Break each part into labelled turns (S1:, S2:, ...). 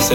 S1: C'est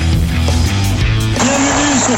S2: Bienvenue sur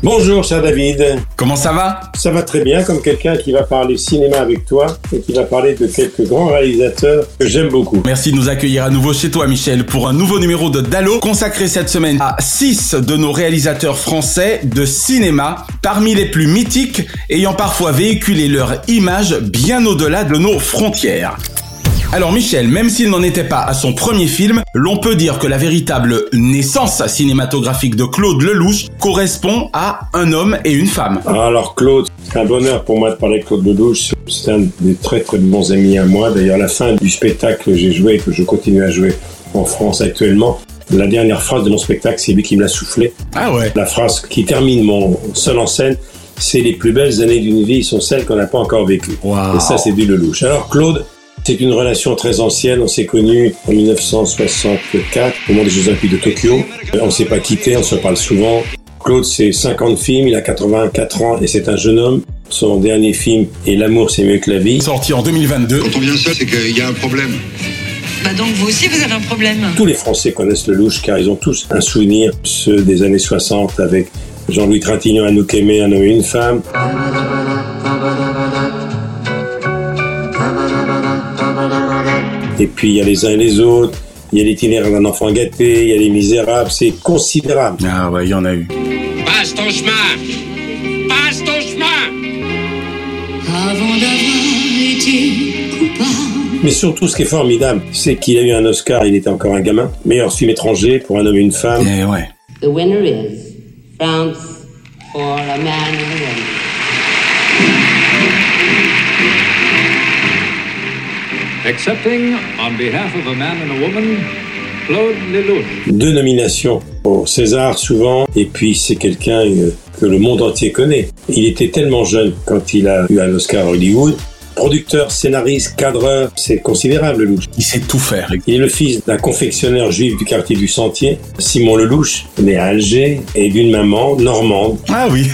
S3: Bonjour cher David.
S4: Comment ça va
S3: Ça va très bien comme quelqu'un qui va parler cinéma avec toi et qui va parler de quelques grands réalisateurs que j'aime beaucoup.
S4: Merci de nous accueillir à nouveau chez toi Michel pour un nouveau numéro de Dallo consacré cette semaine à 6 de nos réalisateurs français de cinéma parmi les plus mythiques ayant parfois véhiculé leur image bien au-delà de nos frontières. Alors Michel, même s'il n'en était pas à son premier film, l'on peut dire que la véritable naissance cinématographique de Claude Lelouch correspond à un homme et une femme.
S3: Alors Claude, c'est un bonheur pour moi de parler de Claude Lelouch. C'est un des très très bons amis à moi. D'ailleurs, à la fin du spectacle que j'ai joué et que je continue à jouer en France actuellement, la dernière phrase de mon spectacle, c'est lui qui me l'a soufflé.
S4: Ah ouais
S3: La phrase qui termine mon seul en scène, c'est les plus belles années d'une vie sont celles qu'on n'a pas encore vécues.
S4: Wow.
S3: Et ça, c'est du Lelouch. Alors Claude, c'est une relation très ancienne. On s'est connus en 1964 au moment des Jeux Olympiques de Tokyo. Euh, On s'est pas quittés, on se parle souvent. Claude, c'est 50 films, il a 84 ans et c'est un jeune homme. Son dernier film est L'amour, c'est mieux que la vie.
S4: Sorti en 2022.
S5: Quand on vient seul, c'est qu'il y a un problème.
S6: Bah donc vous aussi, vous avez un problème.
S3: Tous les Français connaissent le louche car ils ont tous un souvenir, ceux des années 60 avec Jean-Louis Trintignant, Anouk Aimé, Un homme et une femme. Et puis il y a les uns et les autres, il y a l'itinéraire d'un enfant gâté, il y a les misérables, c'est considérable.
S4: Ah ouais, il y en a eu.
S7: Passe ton chemin Passe ton chemin
S8: Avant d'avoir été coupable.
S3: Mais surtout, ce qui est formidable, c'est qu'il a eu un Oscar, il était encore un gamin. Meilleur film étranger pour un homme et une femme.
S4: Eh ouais.
S9: The winner is France for a man and a woman.
S10: Accepting on behalf of a man and a woman, Claude Lelouch.
S3: Deux nominations au César souvent, et puis c'est quelqu'un euh, que le monde entier connaît. Il était tellement jeune quand il a eu un Oscar à Hollywood. Producteur, scénariste, cadreur, c'est considérable Lelouch.
S4: Il sait tout faire.
S3: Il est le fils d'un confectionneur juif du quartier du Sentier, Simon Lelouch, né à Alger, et d'une maman normande.
S4: Ah oui.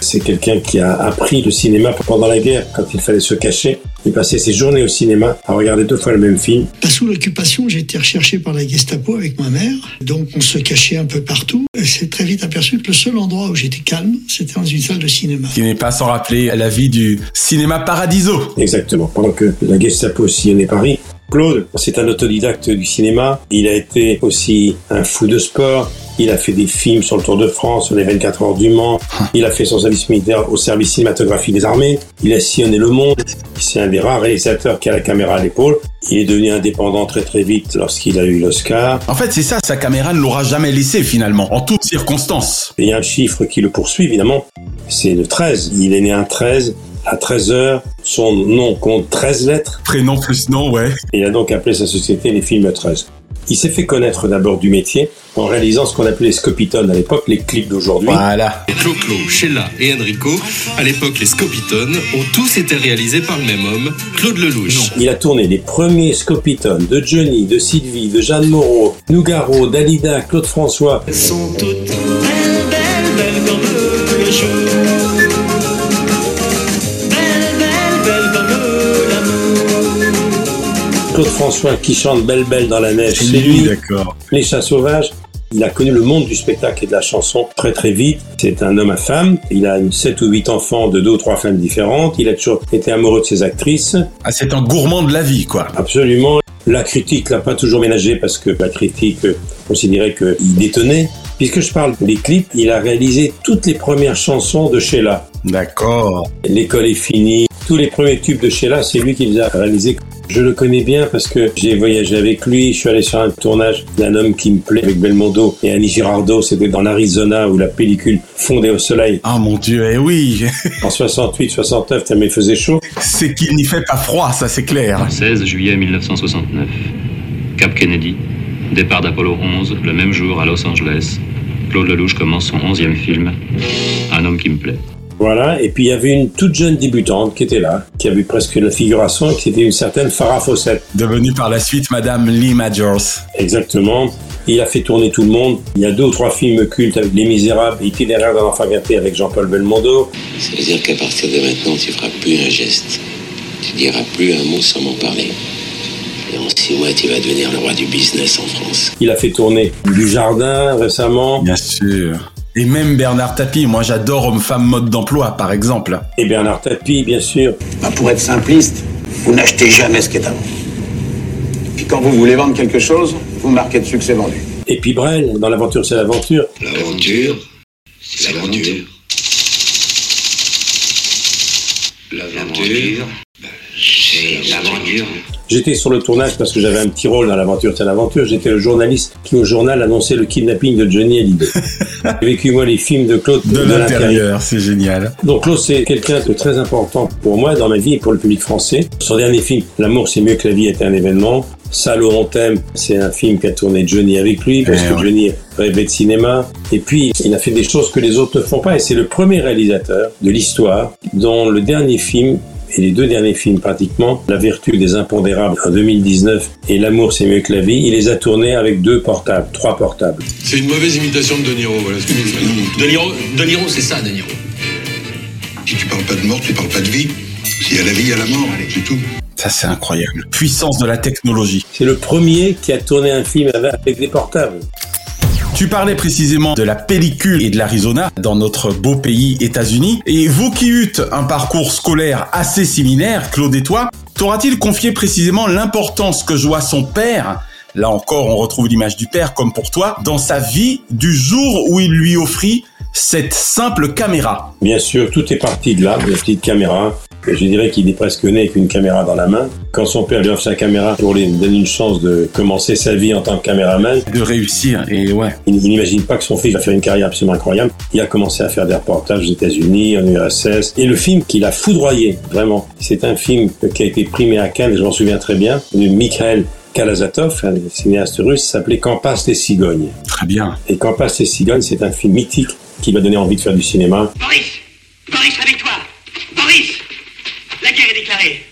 S3: C'est quelqu'un qui a appris le cinéma pendant la guerre, quand il fallait se cacher. Il passait ses journées au cinéma à regarder deux fois le même film.
S11: Sous l'occupation, j'ai été recherché par la Gestapo avec ma mère, donc on se cachait un peu partout. Et C'est très vite aperçu que le seul endroit où j'étais calme, c'était dans une salle de cinéma.
S4: Qui n'est pas sans rappeler la vie du cinéma paradiso.
S3: Exactement. Pendant que la Gestapo sillonnait Paris, Claude, c'est un autodidacte du cinéma. Il a été aussi un fou de sport. Il a fait des films sur le Tour de France, sur les 24 heures du Mans. Il a fait son service militaire au service cinématographique des armées. Il a sillonné le monde. C'est un des rares réalisateurs qui a la caméra à l'épaule. Il est devenu indépendant très très vite lorsqu'il a eu l'Oscar.
S4: En fait, c'est ça, sa caméra ne l'aura jamais laissé finalement, en toutes circonstances.
S3: Et il y a un chiffre qui le poursuit évidemment. C'est le 13. Il est né un 13. À 13 heures, son nom compte 13 lettres.
S4: Prénom plus nom, ouais.
S3: Il a donc appelé sa société les films 13. Il s'est fait connaître d'abord du métier en réalisant ce qu'on appelait les scopitones à l'époque, les clips d'aujourd'hui.
S4: Voilà.
S12: Clo-Clo, Sheila et Enrico, à l'époque les Scopitones, ont tous été réalisés par le même homme, Claude Lelouch.
S3: Il a tourné les premiers scopitones de Johnny, de Sylvie, de Jeanne Moreau, Nougaro, Dalida, Claude François.
S8: Elles sont toutes belles, belles, belles comme le jour. Belles, belles, belles comme l'amour.
S3: Claude François qui chante Belle Belle dans la neige, c'est lui.
S13: D'accord.
S3: Les chats sauvages. Il a connu le monde du spectacle et de la chanson très très vite. C'est un homme à femme. Il a 7 ou 8 enfants de deux ou trois femmes différentes. Il a toujours été amoureux de ses actrices.
S4: Ah, c'est un gourmand de la vie, quoi.
S3: Absolument. La critique l'a pas toujours ménagé parce que la critique euh, considérait qu'il détonnait. Puisque je parle des clips, il a réalisé toutes les premières chansons de Sheila.
S4: D'accord.
S3: L'école est finie. Tous les premiers tubes de Sheila, c'est lui qui les a réalisés. Je le connais bien parce que j'ai voyagé avec lui. Je suis allé sur un tournage d'un homme qui me plaît avec Belmondo et Annie Girardot. C'était dans l'Arizona où la pellicule fondait au soleil.
S4: Ah mon dieu, eh oui.
S3: en 68, 69, ça me faisait chaud.
S4: C'est qu'il n'y fait pas froid, ça c'est clair.
S14: 16 juillet 1969. Cap Kennedy. Départ d'Apollo 11, le même jour à Los Angeles. Claude Lelouch commence son 11e film, Un homme qui me plaît.
S3: Voilà, et puis il y avait une toute jeune débutante qui était là, qui avait presque la figuration, et qui était une certaine Farah Fawcett.
S4: Devenue par la suite Madame Lee Majors.
S3: Exactement. Il a fait tourner tout le monde. Il y a deux ou trois films cultes avec Les Misérables, Itinéraire d'un enfant gâté avec Jean-Paul Belmondo.
S15: Ça veut dire qu'à partir de maintenant, tu feras plus un geste. Tu diras plus un mot sans m'en parler. Et en six mois, tu vas devenir le roi du business en France.
S3: Il a fait tourner Du Jardin récemment.
S4: Bien sûr. Et même Bernard Tapie, moi j'adore Homme-Femme Mode d'Emploi par exemple.
S3: Et Bernard Tapie, bien sûr.
S16: Bah, pour être simpliste, vous n'achetez jamais ce qui est à vous. Puis quand vous voulez vendre quelque chose, vous marquez dessus que c'est vendu.
S3: Et puis Brel, dans L'aventure, c'est l'aventure.
S15: L'aventure, c'est l'aventure. L'aventure, c'est l'aventure.
S3: J'étais sur le tournage parce que j'avais un petit rôle dans l'aventure, c'est l'aventure. J'étais le journaliste qui au journal annonçait le kidnapping de Johnny Hallyday. J'ai vécu moi les films de Claude
S4: De, l'intérieur, c'est génial.
S3: Donc Claude c'est quelqu'un de très important pour moi dans ma vie et pour le public français. Son dernier film, L'amour c'est mieux que la vie, était un événement. Salaud on t'aime, c'est un film qu'a tourné Johnny avec lui parce
S4: Eh
S3: que
S4: ouais.
S3: Johnny rêvait de cinéma. Et puis il a fait des choses que les autres ne font pas et c'est le premier réalisateur de l'histoire dont le dernier film et les deux derniers films pratiquement, La vertu des impondérables en 2019 et L'amour c'est mieux que la vie, il les a tournés avec deux portables, trois portables.
S12: C'est une mauvaise imitation de De Niro, voilà ce que vous
S15: Mm.
S12: faites. De Niro, De Niro, c'est ça, De Niro.
S5: Si tu parles pas de mort, tu parles pas de vie. S'il y a la vie, il y a la mort, c'est tout.
S4: Ça c'est incroyable. Puissance de la technologie.
S3: C'est le premier qui a tourné un film avec- avec des portables.
S4: Tu parlais précisément de la pellicule et de l'Arizona dans notre beau pays États-Unis. Et vous qui eûtes un parcours scolaire assez similaire, Claude et toi, t'aura-t-il confié précisément l'importance que joua son père Là encore, on retrouve l'image du père comme pour toi dans sa vie du jour où il lui offrit cette simple caméra.
S3: Bien sûr, tout est parti de là, de la petite caméra. Et Je dirais qu'il est presque né avec une caméra dans la main. Quand son père lui offre sa caméra pour lui donner une chance de commencer sa vie en tant que caméraman,
S4: De réussir, et ouais.
S3: il il n'imagine pas que son fils va faire une carrière absolument incroyable. Il a commencé à faire des reportages aux États-Unis, en URSS. Et le film qu'il a foudroyé, vraiment, c'est un film qui a été primé à Cannes, je m'en souviens très bien, de Mikhail Kalazatov, un cinéaste russe, s'appelait Quand passent les cigognes.
S4: Très bien.
S3: Et Quand passent les cigognes, c'est un film mythique qui m'a donné envie de faire du cinéma.
S7: Boris Boris avec toi Boris La guerre est déclarée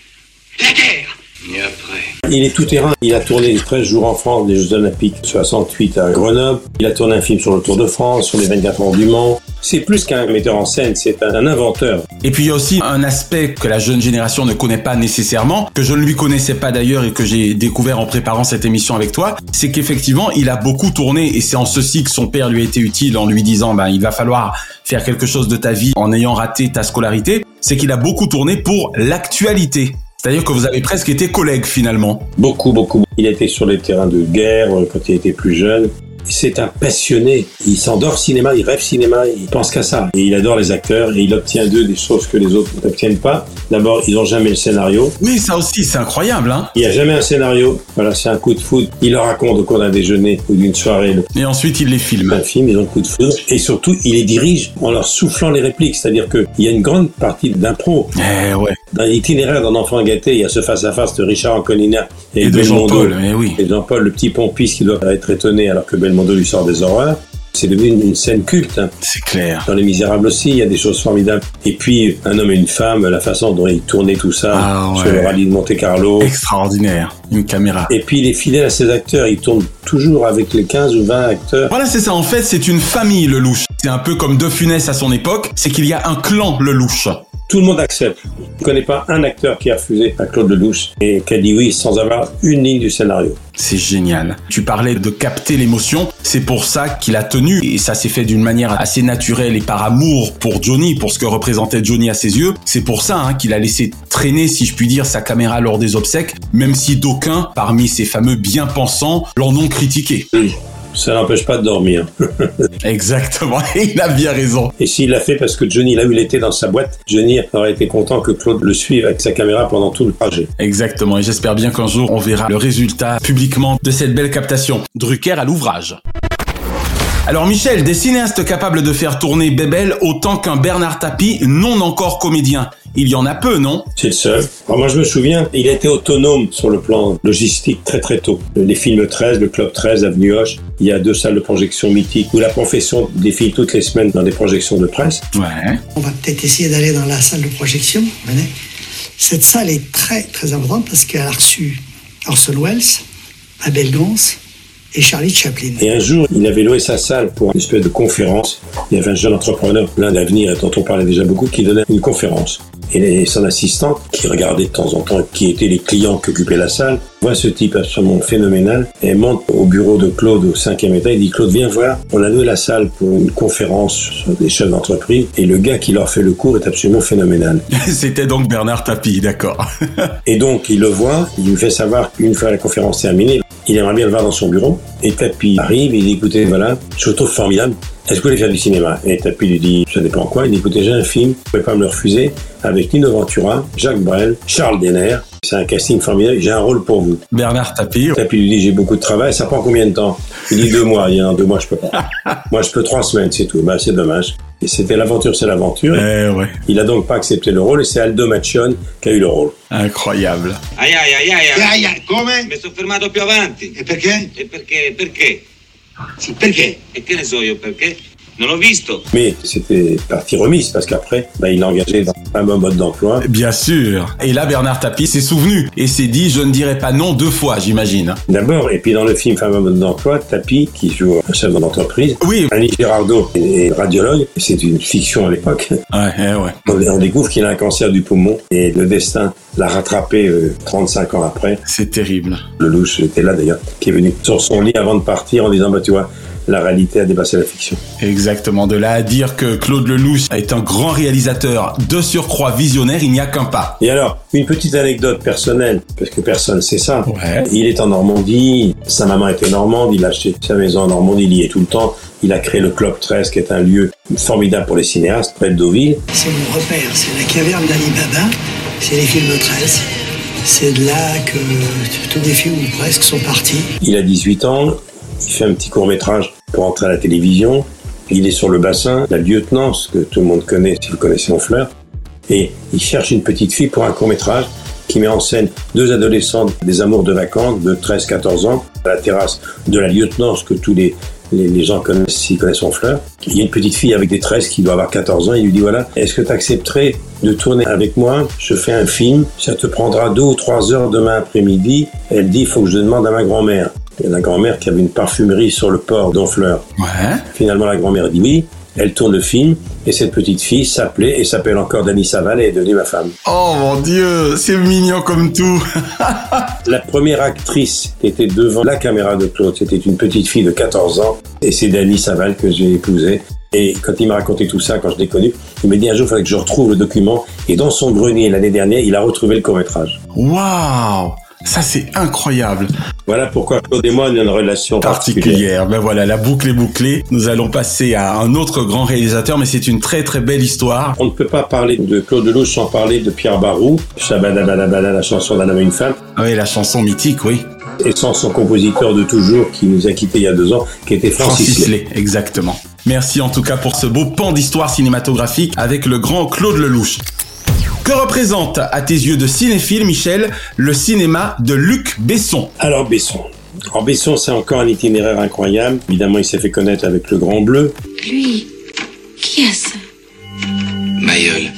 S7: La guerre
S15: Et après
S3: Il est tout terrain. Il a tourné les 13 jours en France des Jeux Olympiques 68 à Grenoble. Il a tourné un film sur le Tour de France, sur les 24 heures du Mans. C'est plus qu'un metteur en scène, c'est un, un inventeur.
S4: Et puis il y a aussi un aspect que la jeune génération ne connaît pas nécessairement, que je ne lui connaissais pas d'ailleurs et que j'ai découvert en préparant cette émission avec toi, c'est qu'effectivement il a beaucoup tourné et c'est en ceci que son père lui a été utile en lui disant ben il va falloir faire quelque chose de ta vie en ayant raté ta scolarité, c'est qu'il a beaucoup tourné pour l'actualité. C'est-à-dire que vous avez presque été collègues finalement.
S3: Beaucoup, beaucoup. Il a été sur les terrains de guerre euh, quand il était plus jeune. C'est un passionné. Il s'endort cinéma, il rêve cinéma, il pense qu'à ça. Et il adore les acteurs et il obtient d'eux des choses que les autres n'obtiennent pas. D'abord, ils n'ont jamais le scénario.
S4: Oui, ça aussi c'est incroyable hein.
S3: Il n'y a jamais un scénario. Voilà, c'est un coup de foudre. Il le raconte au cours d'un déjeuner ou d'une soirée. Le
S4: Et ensuite il les filme.
S3: un film, ils ont le coup de foudre. Et surtout, il les dirige en leur soufflant les répliques. C'est-à-dire qu'il y a une grande partie d'impro.
S4: Eh ouais.
S3: Dans l'itinéraire d'un enfant gâté, il y a ce face-à-face de Richard Anconina et,
S4: Et de
S3: Belmondo.
S4: Jean-Paul, eh oui.
S3: Et Jean-Paul, le petit pompiste qui doit être étonné alors que Belmondo lui sort des horreurs. C'est devenu une, une scène culte. hein.
S4: C'est clair.
S3: Dans Les Misérables aussi, il y a des choses formidables. Et puis, un homme et une femme, la façon dont ils tournaient tout ça
S4: Ah
S3: sur le
S4: ouais.
S3: rallye de Monte-Carlo.
S4: Extraordinaire. Une caméra.
S3: Et puis, il est fidèle à ses acteurs. Il tourne toujours avec les 15 ou 20 acteurs.
S4: Voilà, c'est ça. En fait, c'est une famille, le louche. C'est un peu comme De Funès à son époque. C'est qu'il y a un clan, le louche.
S3: Tout le monde accepte. Je ne connais pas un acteur qui a refusé à Claude Lelouch et qui a dit oui sans avoir une ligne du scénario.
S4: C'est génial. Tu parlais de capter l'émotion, c'est pour ça qu'il a tenu et ça s'est fait d'une manière assez naturelle et par amour pour Johnny, pour ce que représentait Johnny à ses yeux. C'est pour ça hein, qu'il a laissé traîner, si je puis dire, sa caméra lors des obsèques, même si d'aucuns parmi ces fameux bien-pensants l'en ont critiqué.
S3: Mmh. Ça n'empêche pas de dormir.
S4: Exactement, il a bien raison.
S3: Et s'il l'a fait parce que Johnny l'a eu l'été dans sa boîte, Johnny aurait été content que Claude le suive avec sa caméra pendant tout le trajet.
S4: Exactement, et j'espère bien qu'un jour on verra le résultat publiquement de cette belle captation. Drucker à l'ouvrage. Alors Michel, des cinéastes capables de faire tourner Bébel autant qu'un Bernard Tapie non encore comédien. Il y en a peu, non
S3: C'est le seul. Alors moi je me souviens, il a été autonome sur le plan logistique très très tôt. Les films 13, le Club 13, Avenue Hoche, il y a deux salles de projection mythiques où la profession défile toutes les semaines dans des projections de presse.
S4: Ouais.
S11: On va peut-être essayer d'aller dans la salle de projection. Venez. Cette salle est très très importante parce qu'elle a reçu Orson Welles, Abel Gans, et Charlie Chaplin.
S3: Et un jour, il avait loué sa salle pour une espèce de conférence. Il y avait un jeune entrepreneur, plein d'avenir dont on parlait déjà beaucoup, qui donnait une conférence. Et son assistant, qui regardait de temps en temps qui étaient les clients qui occupaient la salle, voit ce type absolument phénoménal et monte au bureau de Claude au cinquième étage. Il dit Claude, viens voir. On a loué la salle pour une conférence sur des chefs d'entreprise et le gars qui leur fait le cours est absolument phénoménal.
S4: C'était donc Bernard Tapie, d'accord.
S3: et donc il le voit, il lui fait savoir qu'une fois la conférence terminée, il aimerait bien le voir dans son bureau. Et Tapi arrive, il dit écoutez, voilà, je vous trouve formidable. Est-ce que vous voulez faire du cinéma Et Tapi lui dit ça dépend quoi. Il dit écoutez, j'ai un film, vous pouvez pas me le refuser, avec Nino Ventura, Jacques Brel, Charles Denner. C'est un casting formidable, j'ai un rôle pour vous.
S4: Bernard Tapie.
S3: Tapie lui dit j'ai beaucoup de travail, ça prend combien de temps Il dit deux mois, il y a un deux mois je peux pas. Moi je peux trois semaines, c'est tout. Bah, c'est dommage. Et c'était l'aventure, c'est l'aventure.
S4: Eh ouais.
S3: Il a donc pas accepté le rôle et c'est Aldo Machon qui a eu le rôle.
S4: Incroyable.
S7: Aïe aïe aïe aïe
S2: Aia, aia, come?
S7: Mi sono fermato più avanti.
S2: E perché?
S7: E perché? Perché?
S2: Sì, perché?
S7: E che ne so io perché? Non l'ho visto.
S3: Mais c'était partie remise parce qu'après, bah, il l'a engagé dans un bon mode d'emploi.
S4: Bien sûr. Et là, Bernard Tapie s'est souvenu et s'est dit, je ne dirai pas non deux fois, j'imagine.
S3: D'abord, et puis dans le film Femme à mode d'emploi, Tapi, qui joue un chef d'entreprise,
S4: Oui.
S3: Annie Girardot est radiologue, c'est une fiction à l'époque.
S4: Ouais, eh ouais.
S3: On, on découvre qu'il a un cancer du poumon et le destin l'a rattrapé euh, 35 ans après.
S4: C'est terrible.
S3: Lelouch était là d'ailleurs, qui est venu sur son lit avant de partir en disant, bah tu vois, la réalité a dépassé la fiction.
S4: Exactement. De là à dire que Claude Lelouch est un grand réalisateur de surcroît visionnaire, il n'y a qu'un pas.
S3: Et alors, une petite anecdote personnelle, parce que personne sait ça.
S4: Ouais.
S3: Il est en Normandie, sa maman était normande, il a acheté sa maison en Normandie, il y est tout le temps. Il a créé le Club 13, qui est un lieu formidable pour les cinéastes, près de Deauville.
S11: C'est mon repère, c'est la caverne d'Ali Baba, c'est les films 13. C'est de là que tous les films ou presque sont partis.
S3: Il a 18 ans, il fait un petit court-métrage pour entrer à la télévision. Il est sur le bassin, la lieutenance que tout le monde connaît, si vous connaissez en fleur. Et il cherche une petite fille pour un court-métrage qui met en scène deux adolescentes des amours de vacances de 13-14 ans à la terrasse de la lieutenance que tous les, les, les gens connaissent s'ils connaissent en fleur. Il y a une petite fille avec des 13 qui doit avoir 14 ans. Il lui dit voilà, est-ce que tu accepterais de tourner avec moi Je fais un film, ça te prendra deux ou trois heures demain après-midi. Elle dit il faut que je demande à ma grand-mère. Et la grand-mère qui avait une parfumerie sur le port d'Honfleur.
S4: Ouais.
S3: Finalement, la grand-mère dit oui. Elle tourne le film et cette petite fille s'appelait et s'appelle encore Dani Saval et est devenue ma femme.
S4: Oh mon dieu, c'est mignon comme tout.
S3: La première actrice qui était devant la caméra de Claude, c'était une petite fille de 14 ans et c'est Dani Saval que j'ai épousée. Et quand il m'a raconté tout ça, quand je l'ai connu, il m'a dit un jour, il fallait que je retrouve le document. Et dans son grenier, l'année dernière, il a retrouvé le court-métrage.
S4: Waouh Ça c'est incroyable.
S3: Voilà pourquoi Claude et moi, on a une relation particulière.
S4: particulière. Ben voilà, la boucle est bouclée. Nous allons passer à un autre grand réalisateur, mais c'est une très très belle histoire.
S3: On ne peut pas parler de Claude Lelouch sans parler de Pierre Barou, Shabadabadabada, la chanson d'un homme et une femme,
S4: Oui, Ah la chanson mythique, oui.
S3: et sans son compositeur de toujours qui nous a quittés il y a deux ans, qui était Francis
S4: Francis
S3: Lay.
S4: Lay, exactement. Merci en tout cas pour ce beau pan d'histoire cinématographique avec le grand Claude Lelouch. Que représente, à tes yeux de cinéphile, Michel, le cinéma de Luc Besson
S3: Alors Besson. En Besson, c'est encore un itinéraire incroyable. Évidemment, il s'est fait connaître avec le Grand Bleu.
S6: Lui, qui est-ce
S15: Mailleul.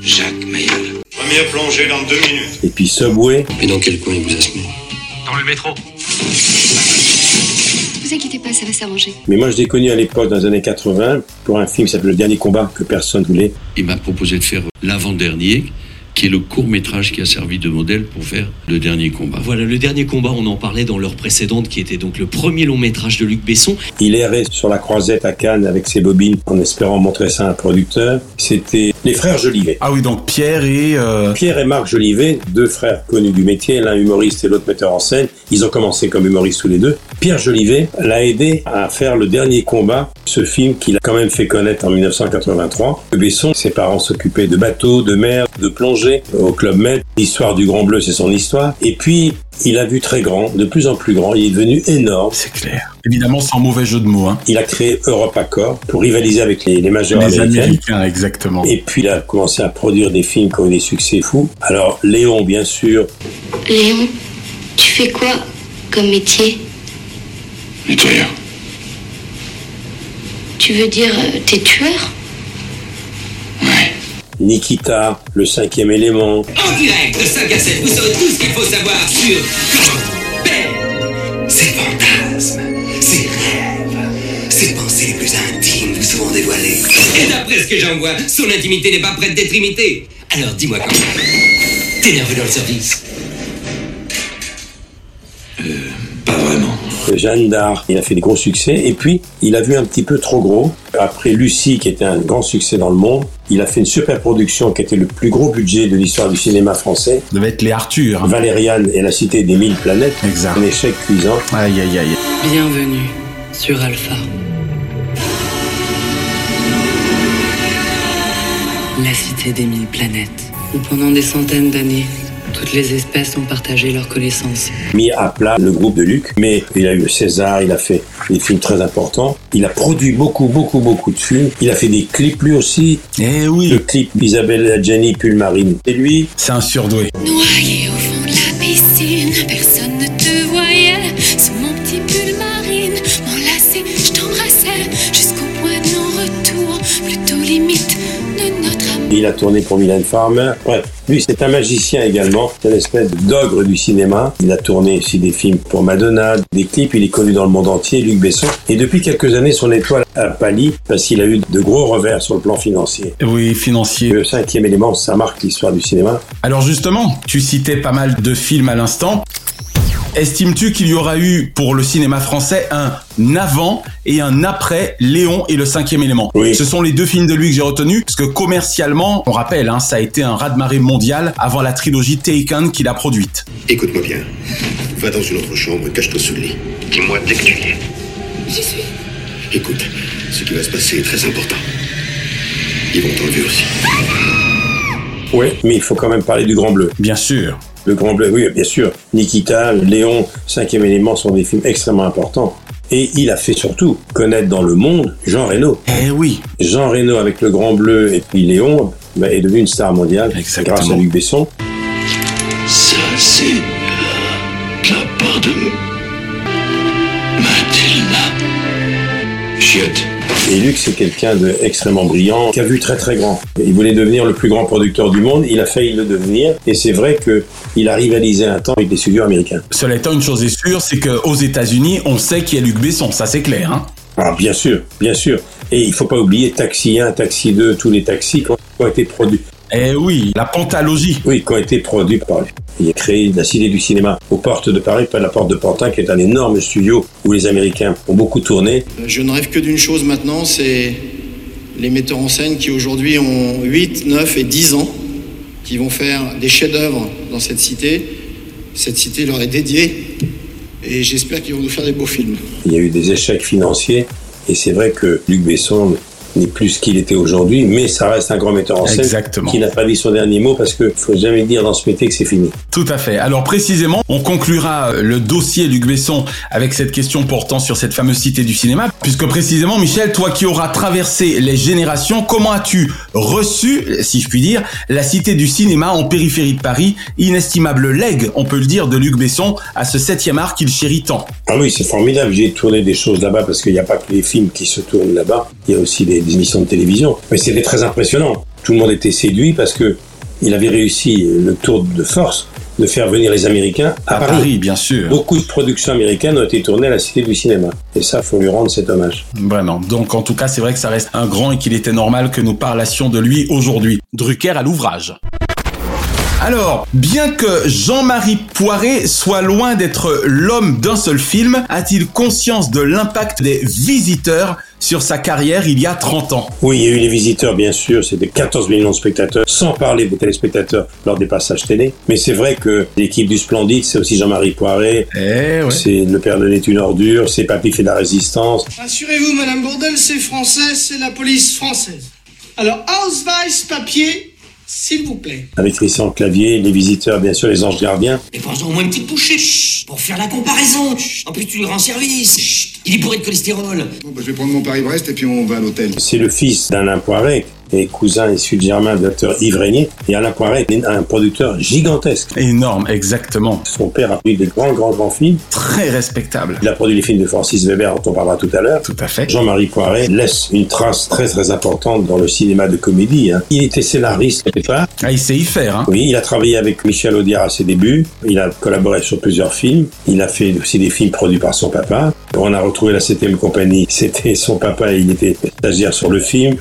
S15: Jacques Mailleul.
S2: Première plongée dans deux minutes.
S3: Et puis Subway.
S15: Et dans quel coin il vous a semé
S14: Dans le métro.
S6: Vous inquiétez pas, ça va s'arranger.
S3: Mais moi, je l'ai connu à l'époque, dans les années 80, pour un film qui s'appelle Le Dernier Combat que personne voulait.
S12: Il m'a proposé de faire l'avant-dernier, qui est le court métrage qui a servi de modèle pour faire le dernier combat.
S13: Voilà, le dernier combat, on en parlait dans l'heure précédente, qui était donc le premier long métrage de Luc Besson.
S3: Il errait sur la croisette à Cannes avec ses bobines en espérant montrer ça à un producteur. C'était les frères Jolivet.
S4: Ah oui, donc Pierre et... euh,
S3: Pierre et Marc Jolivet, deux frères connus du métier, l'un humoriste et l'autre metteur en scène. Ils ont commencé comme humoristes tous les deux. Pierre Jolivet l'a aidé à faire le dernier combat, ce film qu'il a quand même fait connaître en 1983. Besson, ses parents s'occupaient de bateaux, de mer, de plongée au Club Med. L'histoire du Grand Bleu, c'est son histoire. Et puis, il a vu très grand, de plus en plus grand. Il est devenu énorme.
S4: C'est clair. Évidemment, sans mauvais jeu de mots. Hein.
S3: Il a créé EuropaCorp pour rivaliser avec les, les majors
S4: Les
S3: américaines.
S4: Américains, exactement.
S3: Et puis il a commencé à produire des films qui ont eu des succès fous. Alors Léon, bien sûr,
S6: Léon, tu fais quoi comme métier
S5: Nettoyeur.
S6: Tu veux dire euh, t'es tueur
S3: Nikita, Le Cinquième Élément,
S8: En direct de 5 à 7, vous saurez tout ce qu'il faut savoir sur
S13: Ben.
S8: Corbeil. Ses fantasmes, ses rêves, ses pensées les plus intimes vous seront dévoilées.
S13: Et d'après ce que j'en vois, son intimité n'est pas prête d'être imitée. Alors dis-moi quand T'es nerveux dans le service
S3: Jeanne d'Arc. Il a fait des gros succès. Et puis, il a vu un petit peu trop gros. Après Lucie, qui était un grand succès dans le monde, il a fait une super production qui était le plus gros budget de l'histoire du cinéma français.
S4: Ça devait être les Arthur.
S3: Valériane et la cité des mille planètes.
S4: Exact.
S3: Un échec cuisant.
S4: Aïe, aïe, aïe.
S9: Bienvenue sur Alpha. La cité des mille planètes, où pendant des centaines d'années, toutes les espèces ont partagé leurs connaissances.
S3: mis à plat le groupe de Luc, mais il a eu le César, il a fait des films très importants, il a produit beaucoup, beaucoup, beaucoup de films, il a fait des clips lui aussi,
S4: Eh oui,
S3: le clip Isabelle Adjani, Pull Marine, et lui,
S4: c'est un surdoué.
S6: Noyé au fond de la piscine, personne ne te voyait. Sous mon petit pull marine, m'enlacer, je t'embrassais jusqu'au point de non-retour, plutôt limite de notre amour.
S3: il a tourné pour Milan Farmer, bref. Lui, c'est un magicien également, c'est une espèce d'ogre du cinéma. Il a tourné aussi des films pour Madonna, des clips, il est connu dans le monde entier, Luc Besson. Et depuis quelques années, son étoile a pâli parce qu'il a eu de gros revers sur le plan financier.
S4: Oui, financier.
S3: Le cinquième élément, ça marque l'histoire du cinéma.
S4: Alors justement, tu citais pas mal de films à l'instant. Estimes-tu qu'il y aura eu pour le cinéma français un avant et un après Léon et le cinquième élément
S3: Oui.
S4: Ce sont les deux films de lui que j'ai retenus, parce que commercialement, on rappelle, hein, ça a été un raz-de-marée mondial avant la trilogie Taken qu'il a produite.
S5: Écoute-moi bien. Va dans une autre chambre, cache-toi sous le lit.
S14: Dis-moi dès que tu y es.
S6: J'y suis.
S5: Écoute, ce qui va se passer est très important. Ils vont t'enlever aussi.
S3: Oui. Mais il faut quand même parler du Grand Bleu.
S4: Bien sûr.
S3: Le Grand Bleu, oui, bien sûr. Nikita, Léon, Cinquième élément sont des films extrêmement importants. Et il a fait surtout connaître dans le monde Jean Reno.
S4: Eh oui.
S3: Jean Reno avec le Grand Bleu et puis Léon bah, est devenu une star mondiale
S4: Exactement.
S3: grâce à Luc Besson.
S5: Ça, c'est de la part de Mathilda. Chiotte.
S3: Et Luc, c'est quelqu'un d'extrêmement brillant, qui a vu très très grand. Il voulait devenir le plus grand producteur du monde, il a failli le devenir, et c'est vrai que il a rivalisé un temps avec les studios américains.
S4: Cela étant, une chose est sûre, c'est qu'aux États-Unis, on sait qui est Luc Besson, ça c'est clair. Hein
S3: Ah, bien sûr, bien sûr. Et il faut pas oublier Taxi 1, Taxi 2, tous les taxis qui ont- qui ont été produits
S4: eh oui, la pentalogie.
S3: Oui, qui ont été produits par lui. Il a créé la Cité du cinéma aux portes de Paris, pas la porte de Pantin, qui est un énorme studio où les Américains ont beaucoup tourné.
S17: Je ne rêve que d'une chose maintenant, c'est les metteurs en scène qui aujourd'hui ont 8, 9 et 10 ans, qui vont faire des chefs-d'œuvre dans cette cité. Cette cité leur est dédiée et j'espère qu'ils vont nous faire des beaux films.
S3: Il y a eu des échecs financiers, et c'est vrai que Luc Besson n'est plus ce qu'il était aujourd'hui, mais ça reste un grand metteur en scène
S4: Exactement.
S3: qui n'a pas dit son dernier mot parce que faut jamais dire dans ce métier que c'est fini.
S4: Tout à fait. Alors précisément, on conclura euh, le dossier Luc Besson avec cette question portant sur cette fameuse cité du cinéma, puisque précisément, Michel, toi qui auras traversé les générations, comment as-tu reçu, si je puis dire, la cité du cinéma en périphérie de Paris, inestimable legs, on peut le dire, de Luc Besson à ce septième art qu'il chérit tant
S3: Ah oui, c'est formidable. J'ai tourné des choses là-bas parce qu'il n'y a pas que les films qui se tournent là-bas. Il y a aussi des, des émissions de télévision. Mais c'était très impressionnant. Tout le monde était séduit parce que il avait réussi le tour de force de faire venir les Américains à,
S4: À Paris, bien sûr.
S3: Beaucoup de productions américaines ont été tournées à la Cité du Cinéma. Et ça, faut lui rendre cet hommage.
S4: Vraiment. Donc, en tout cas, c'est vrai que ça reste un grand et qu'il était normal que nous parlassions de lui aujourd'hui. Drucker à l'ouvrage. Alors, bien que Jean-Marie Poiré soit loin d'être l'homme d'un seul film, a-t-il conscience de l'impact des visiteurs sur sa carrière il y a 30 ans
S3: Oui, il y a eu les visiteurs, bien sûr, c'était 14 millions de spectateurs, sans parler des téléspectateurs lors des passages télé. Mais c'est vrai que l'équipe du Splendide, c'est aussi Jean-Marie Poiré, c'est Le Père de est une ordure, c'est Papy fait de la résistance.
S18: Rassurez-vous, Madame Gourdel, c'est français, c'est la police française. Alors, Ausweis papier, s'il vous plaît.
S3: Avec Christian Clavier, les visiteurs, bien sûr, les anges gardiens.
S8: Et prends-en au moins une petite bouchée, chut, pour faire la comparaison. chut. En plus, tu lui rends service. chut. Il est bourré de cholestérol.
S5: Bon, bah, je vais prendre mon Paris-Brest et puis on va à l'hôtel.
S3: C'est le fils d'Alain Poiré et cousin issu de Germain, de l'acteur Yves Régnier. Et Alain Poiré est un producteur gigantesque.
S4: Énorme, exactement.
S3: Son père a produit des grands, grands, grands films.
S4: Très respectable.
S3: Il a produit les films de Francis Weber dont on parlera tout à l'heure.
S4: Tout à fait.
S3: Jean-Marie Poiré laisse une trace très, très importante dans le cinéma de comédie. hein. Il était scénariste au départ.
S4: Ah, il sait y faire, hein.
S3: Oui, il a travaillé avec Michel Audiard à ses débuts. Il a collaboré sur plusieurs films. Il a fait aussi des films produits par son papa. On a retrouvé la 7 compagnie. C'était son papa et il était stagiaire sur le film.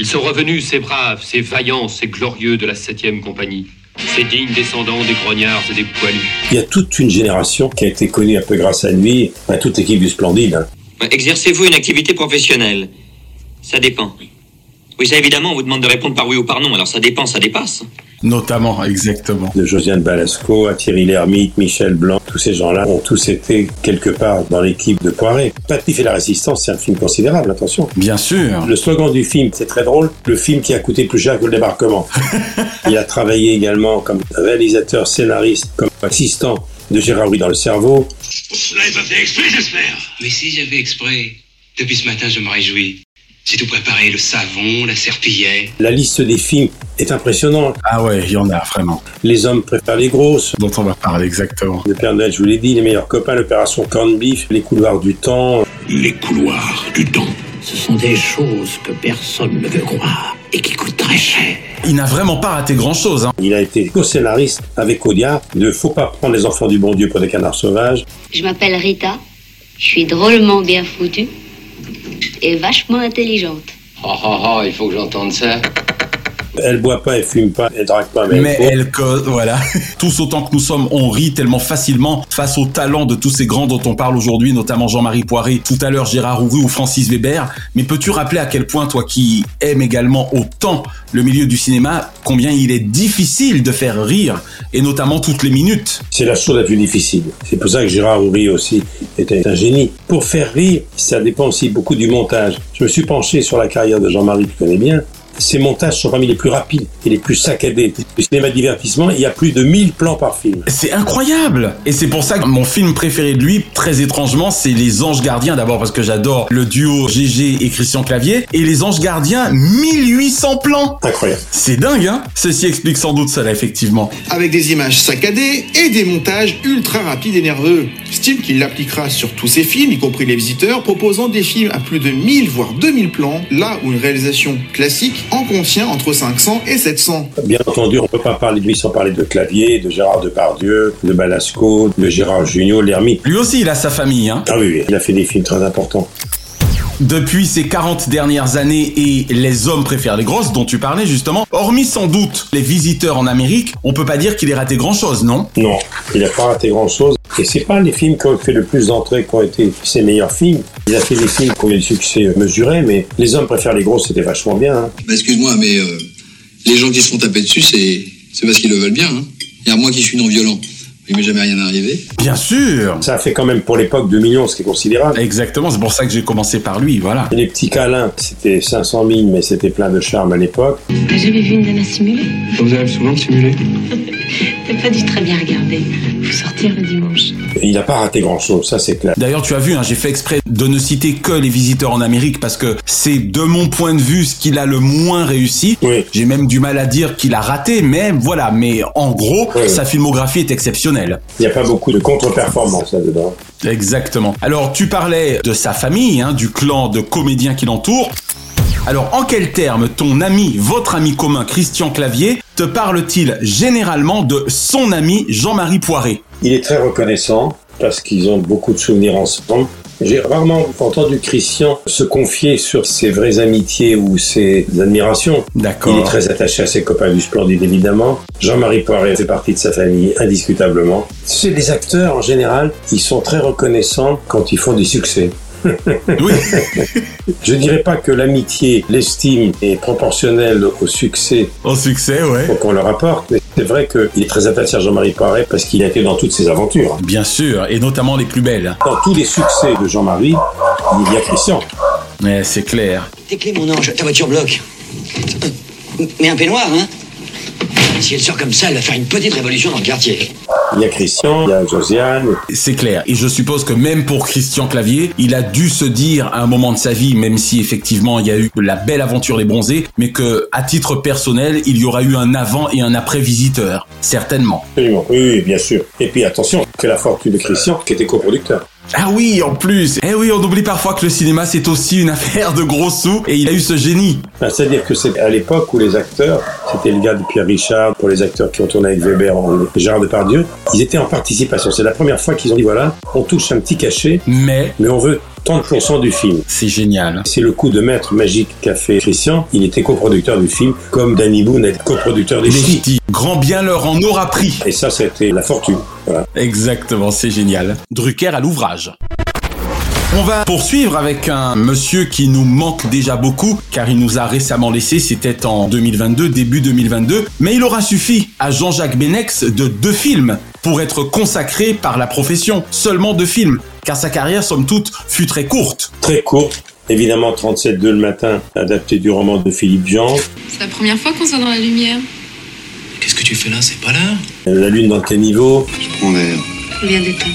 S14: Ils sont revenus, ces braves, ces vaillants, ces glorieux de la 7ème compagnie. Ces dignes descendants des grognards et des poilus.
S3: Il y a toute une génération qui a été connue un peu grâce à lui, à toute l'équipe du Splendide. hein.
S19: Exercez-vous une activité professionnelle Ça dépend. Oui, ça évidemment, on vous demande de répondre par oui ou par non, alors ça dépend, ça dépasse.
S4: Notamment, exactement.
S3: De Josiane Balasco à Thierry Lhermitte, Michel Blanc, tous ces gens-là ont tous été quelque part dans l'équipe de Poiré. Patif et la résistance, c'est un film considérable, attention.
S4: Bien sûr.
S3: Le slogan du film, c'est très drôle, le film qui a coûté plus cher que le débarquement. Il a travaillé également comme réalisateur, scénariste, comme assistant de Gérard Rouy dans le cerveau.
S7: Cela n'est pas fait exprès, j'espère.
S8: Mais si j'avais exprès, depuis ce matin, je me réjouis. J'ai tout préparé, le savon, la serpillière.
S3: La liste des films est impressionnante.
S4: Ah ouais, il y en a vraiment.
S3: Les hommes préfèrent les grosses.
S4: Dont on va parler exactement.
S3: Le Père Noël, je vous l'ai dit, les meilleurs copains, l'opération Corned Beef, les couloirs du temps.
S20: Les couloirs du temps. Ce sont des choses que personne ne veut croire et qui coûtent très cher.
S4: Il n'a vraiment pas raté grand-chose, hein.
S3: Il a été co-scénariste avec Audiard de Faut pas prendre les enfants du bon Dieu pour des canards sauvages.
S21: Je m'appelle Rita, je suis drôlement bien foutue et vachement intelligente.
S8: Oh, oh, oh, il faut que j'entende ça.
S3: Elle boit pas, elle fume pas, elle drague pas, mais,
S4: Mais
S3: elle
S4: elle cause, voilà. Tous autant que nous sommes, on rit tellement facilement face au talent de tous ces grands dont on parle aujourd'hui, notamment Jean-Marie Poiré, tout à l'heure Gérard Rouvry ou Francis Weber. Mais peux-tu rappeler à quel point, toi qui aimes également autant le milieu du cinéma, combien il est difficile de faire rire, et notamment toutes les minutes
S3: C'est la chose la plus difficile. C'est pour ça que Gérard Roury aussi était un génie. Pour faire rire, ça dépend aussi beaucoup du montage. Je me suis penché sur la carrière de Jean-Marie, tu connais bien. Ses montages sont parmi les plus rapides et les plus saccadés. Le cinéma de divertissement, il y a plus de 1000 plans par film.
S4: C'est incroyable Et c'est pour ça que mon film préféré de lui, très étrangement, c'est Les Anges Gardiens, d'abord parce que j'adore le duo GG et Christian Clavier, et Les Anges Gardiens, 1800 plans
S3: Incroyable.
S4: C'est dingue, hein Ceci explique sans doute cela, effectivement.
S17: avec des images saccadées et des montages ultra rapides et nerveux. Style qu'il appliquera sur tous ses films, y compris Les Visiteurs, proposant des films à plus de 1000 voire 2000 plans, là où une réalisation classique en contient entre 500 et 700.
S3: Bien entendu, on ne peut pas parler de lui sans parler de Clavier, de Gérard Depardieu, de Balasco, de Gérard Jugnot, l'ermite.
S4: Lui aussi, il a sa famille, hein
S3: Ah oui, oui, il a fait des films très importants.
S4: Depuis ces 40 dernières années et les hommes préfèrent les grosses dont tu parlais justement, hormis sans doute les visiteurs en Amérique, on peut pas dire qu'il ait raté grand chose, non
S3: Non, il n'a pas raté grand chose. Et c'est pas les films qui ont fait le plus d'entrées qui ont été ses meilleurs films. Il a fait des films qui ont eu des succès mesurés, mais Les hommes préfèrent les gros, c'était vachement bien. hein.
S22: Bah, excuse-moi, mais euh, les gens qui se font taper dessus, c'est, c'est parce qu'ils le veulent bien. Hein. Et à moi qui suis non-violent, il m'est jamais rien arrivé.
S4: Bien sûr
S3: Ça a fait quand même pour l'époque 2 millions, ce qui est considérable.
S4: Exactement, c'est pour ça que j'ai commencé par lui, voilà.
S3: Et les petits câlins, c'était 500 000, mais c'était plein de charme à l'époque.
S21: T'as jamais vu une nana simulée
S3: Vous avez souvent simulé
S21: T'as pas dû très bien regarder. Faut sortir le dimanche.
S3: Il n'a pas raté grand-chose, ça c'est clair.
S4: D'ailleurs, tu as vu, hein, j'ai fait exprès de ne citer que les visiteurs en Amérique parce que c'est de mon point de vue ce qu'il a le moins réussi.
S3: Oui.
S4: J'ai même du mal à dire qu'il a raté, mais voilà. Mais en gros,
S3: Oui.
S4: sa filmographie est exceptionnelle.
S3: Il n'y a pas beaucoup de contre-performances là-dedans.
S4: Exactement. Alors, tu parlais de sa famille, hein, du clan de comédiens qui l'entoure. Alors en quels termes ton ami, votre ami commun Christian Clavier, te parle-t-il généralement de son ami Jean-Marie Poiré
S3: Il est très reconnaissant parce qu'ils ont beaucoup de souvenirs ensemble. J'ai rarement entendu Christian se confier sur ses vraies amitiés ou ses admirations.
S4: D'accord.
S3: Il est très attaché à ses copains du Splendide, évidemment. Jean-Marie Poiré fait partie de sa famille, indiscutablement. C'est des acteurs, en général, ils sont très reconnaissants quand ils font des succès.
S4: Oui.
S3: Je dirais pas que l'amitié, l'estime est proportionnelle au succès
S4: Au succès, ouais.
S3: qu'on leur apporte, mais c'est vrai qu'il est très attaché à Jean-Marie Poiré parce qu'il a été dans toutes ses aventures.
S4: Bien sûr, et notamment les plus belles.
S3: Dans tous les succès de Jean-Marie, il y a Christian.
S4: Mais c'est clair.
S8: Tes clés, mon ange, ta voiture bloque. Mais un peignoir, hein Si elle sort comme ça, elle va faire une petite révolution dans le quartier.
S3: Il y a Christian, il y a Josiane.
S4: C'est clair. Et je suppose que même pour Christian Clavier, il a dû se dire à un moment de sa vie, même si effectivement il y a eu la belle aventure des bronzés, mais que à titre personnel, il y aura eu un avant et un après visiteur. Certainement.
S3: Absolument. Oui, oui, bien sûr. Et puis attention, que la fortune de Christian, qui était coproducteur.
S4: Ah oui, en plus. Eh oui, on oublie parfois que le cinéma c'est aussi une affaire de gros sous et il a eu ce génie.
S3: Enfin, Bah, C'est-à-dire que c'est à l'époque où les acteurs, c'était le gars de Pierre Richard, pour les acteurs qui ont tourné avec Weber, en- Gérard Depardieu, ils étaient en participation. C'est la première fois qu'ils ont dit voilà, on touche un petit cachet,
S4: Mais
S3: mais on veut 30% du film.
S4: c'est génial.
S3: C'est le coup de maître magique qu'a fait Christian. Il était coproducteur du film, comme Danny Boone est coproducteur des
S4: Les
S3: films.
S4: ch'tis, grand bien leur en aura pris.
S3: Et ça, c'était la fortune. Voilà.
S4: Exactement, c'est génial. Drucker à l'ouvrage. On va poursuivre avec un monsieur qui nous manque déjà beaucoup, car il nous a récemment laissé, c'était en 2022, début 2022, mais il aura suffi à Jean-Jacques Benex de deux films pour être consacré par la profession, seulement deux films, car sa carrière, somme toute, fut très courte.
S3: Très court. Évidemment, 37-2 le matin, adapté du roman de Philippe Jean.
S23: C'est la première fois qu'on se voit dans la lumière.
S8: Qu'est-ce que tu fais là C'est pas l'heure
S3: La lune dans le caniveau.
S5: Je prends l'air.
S23: Combien de temps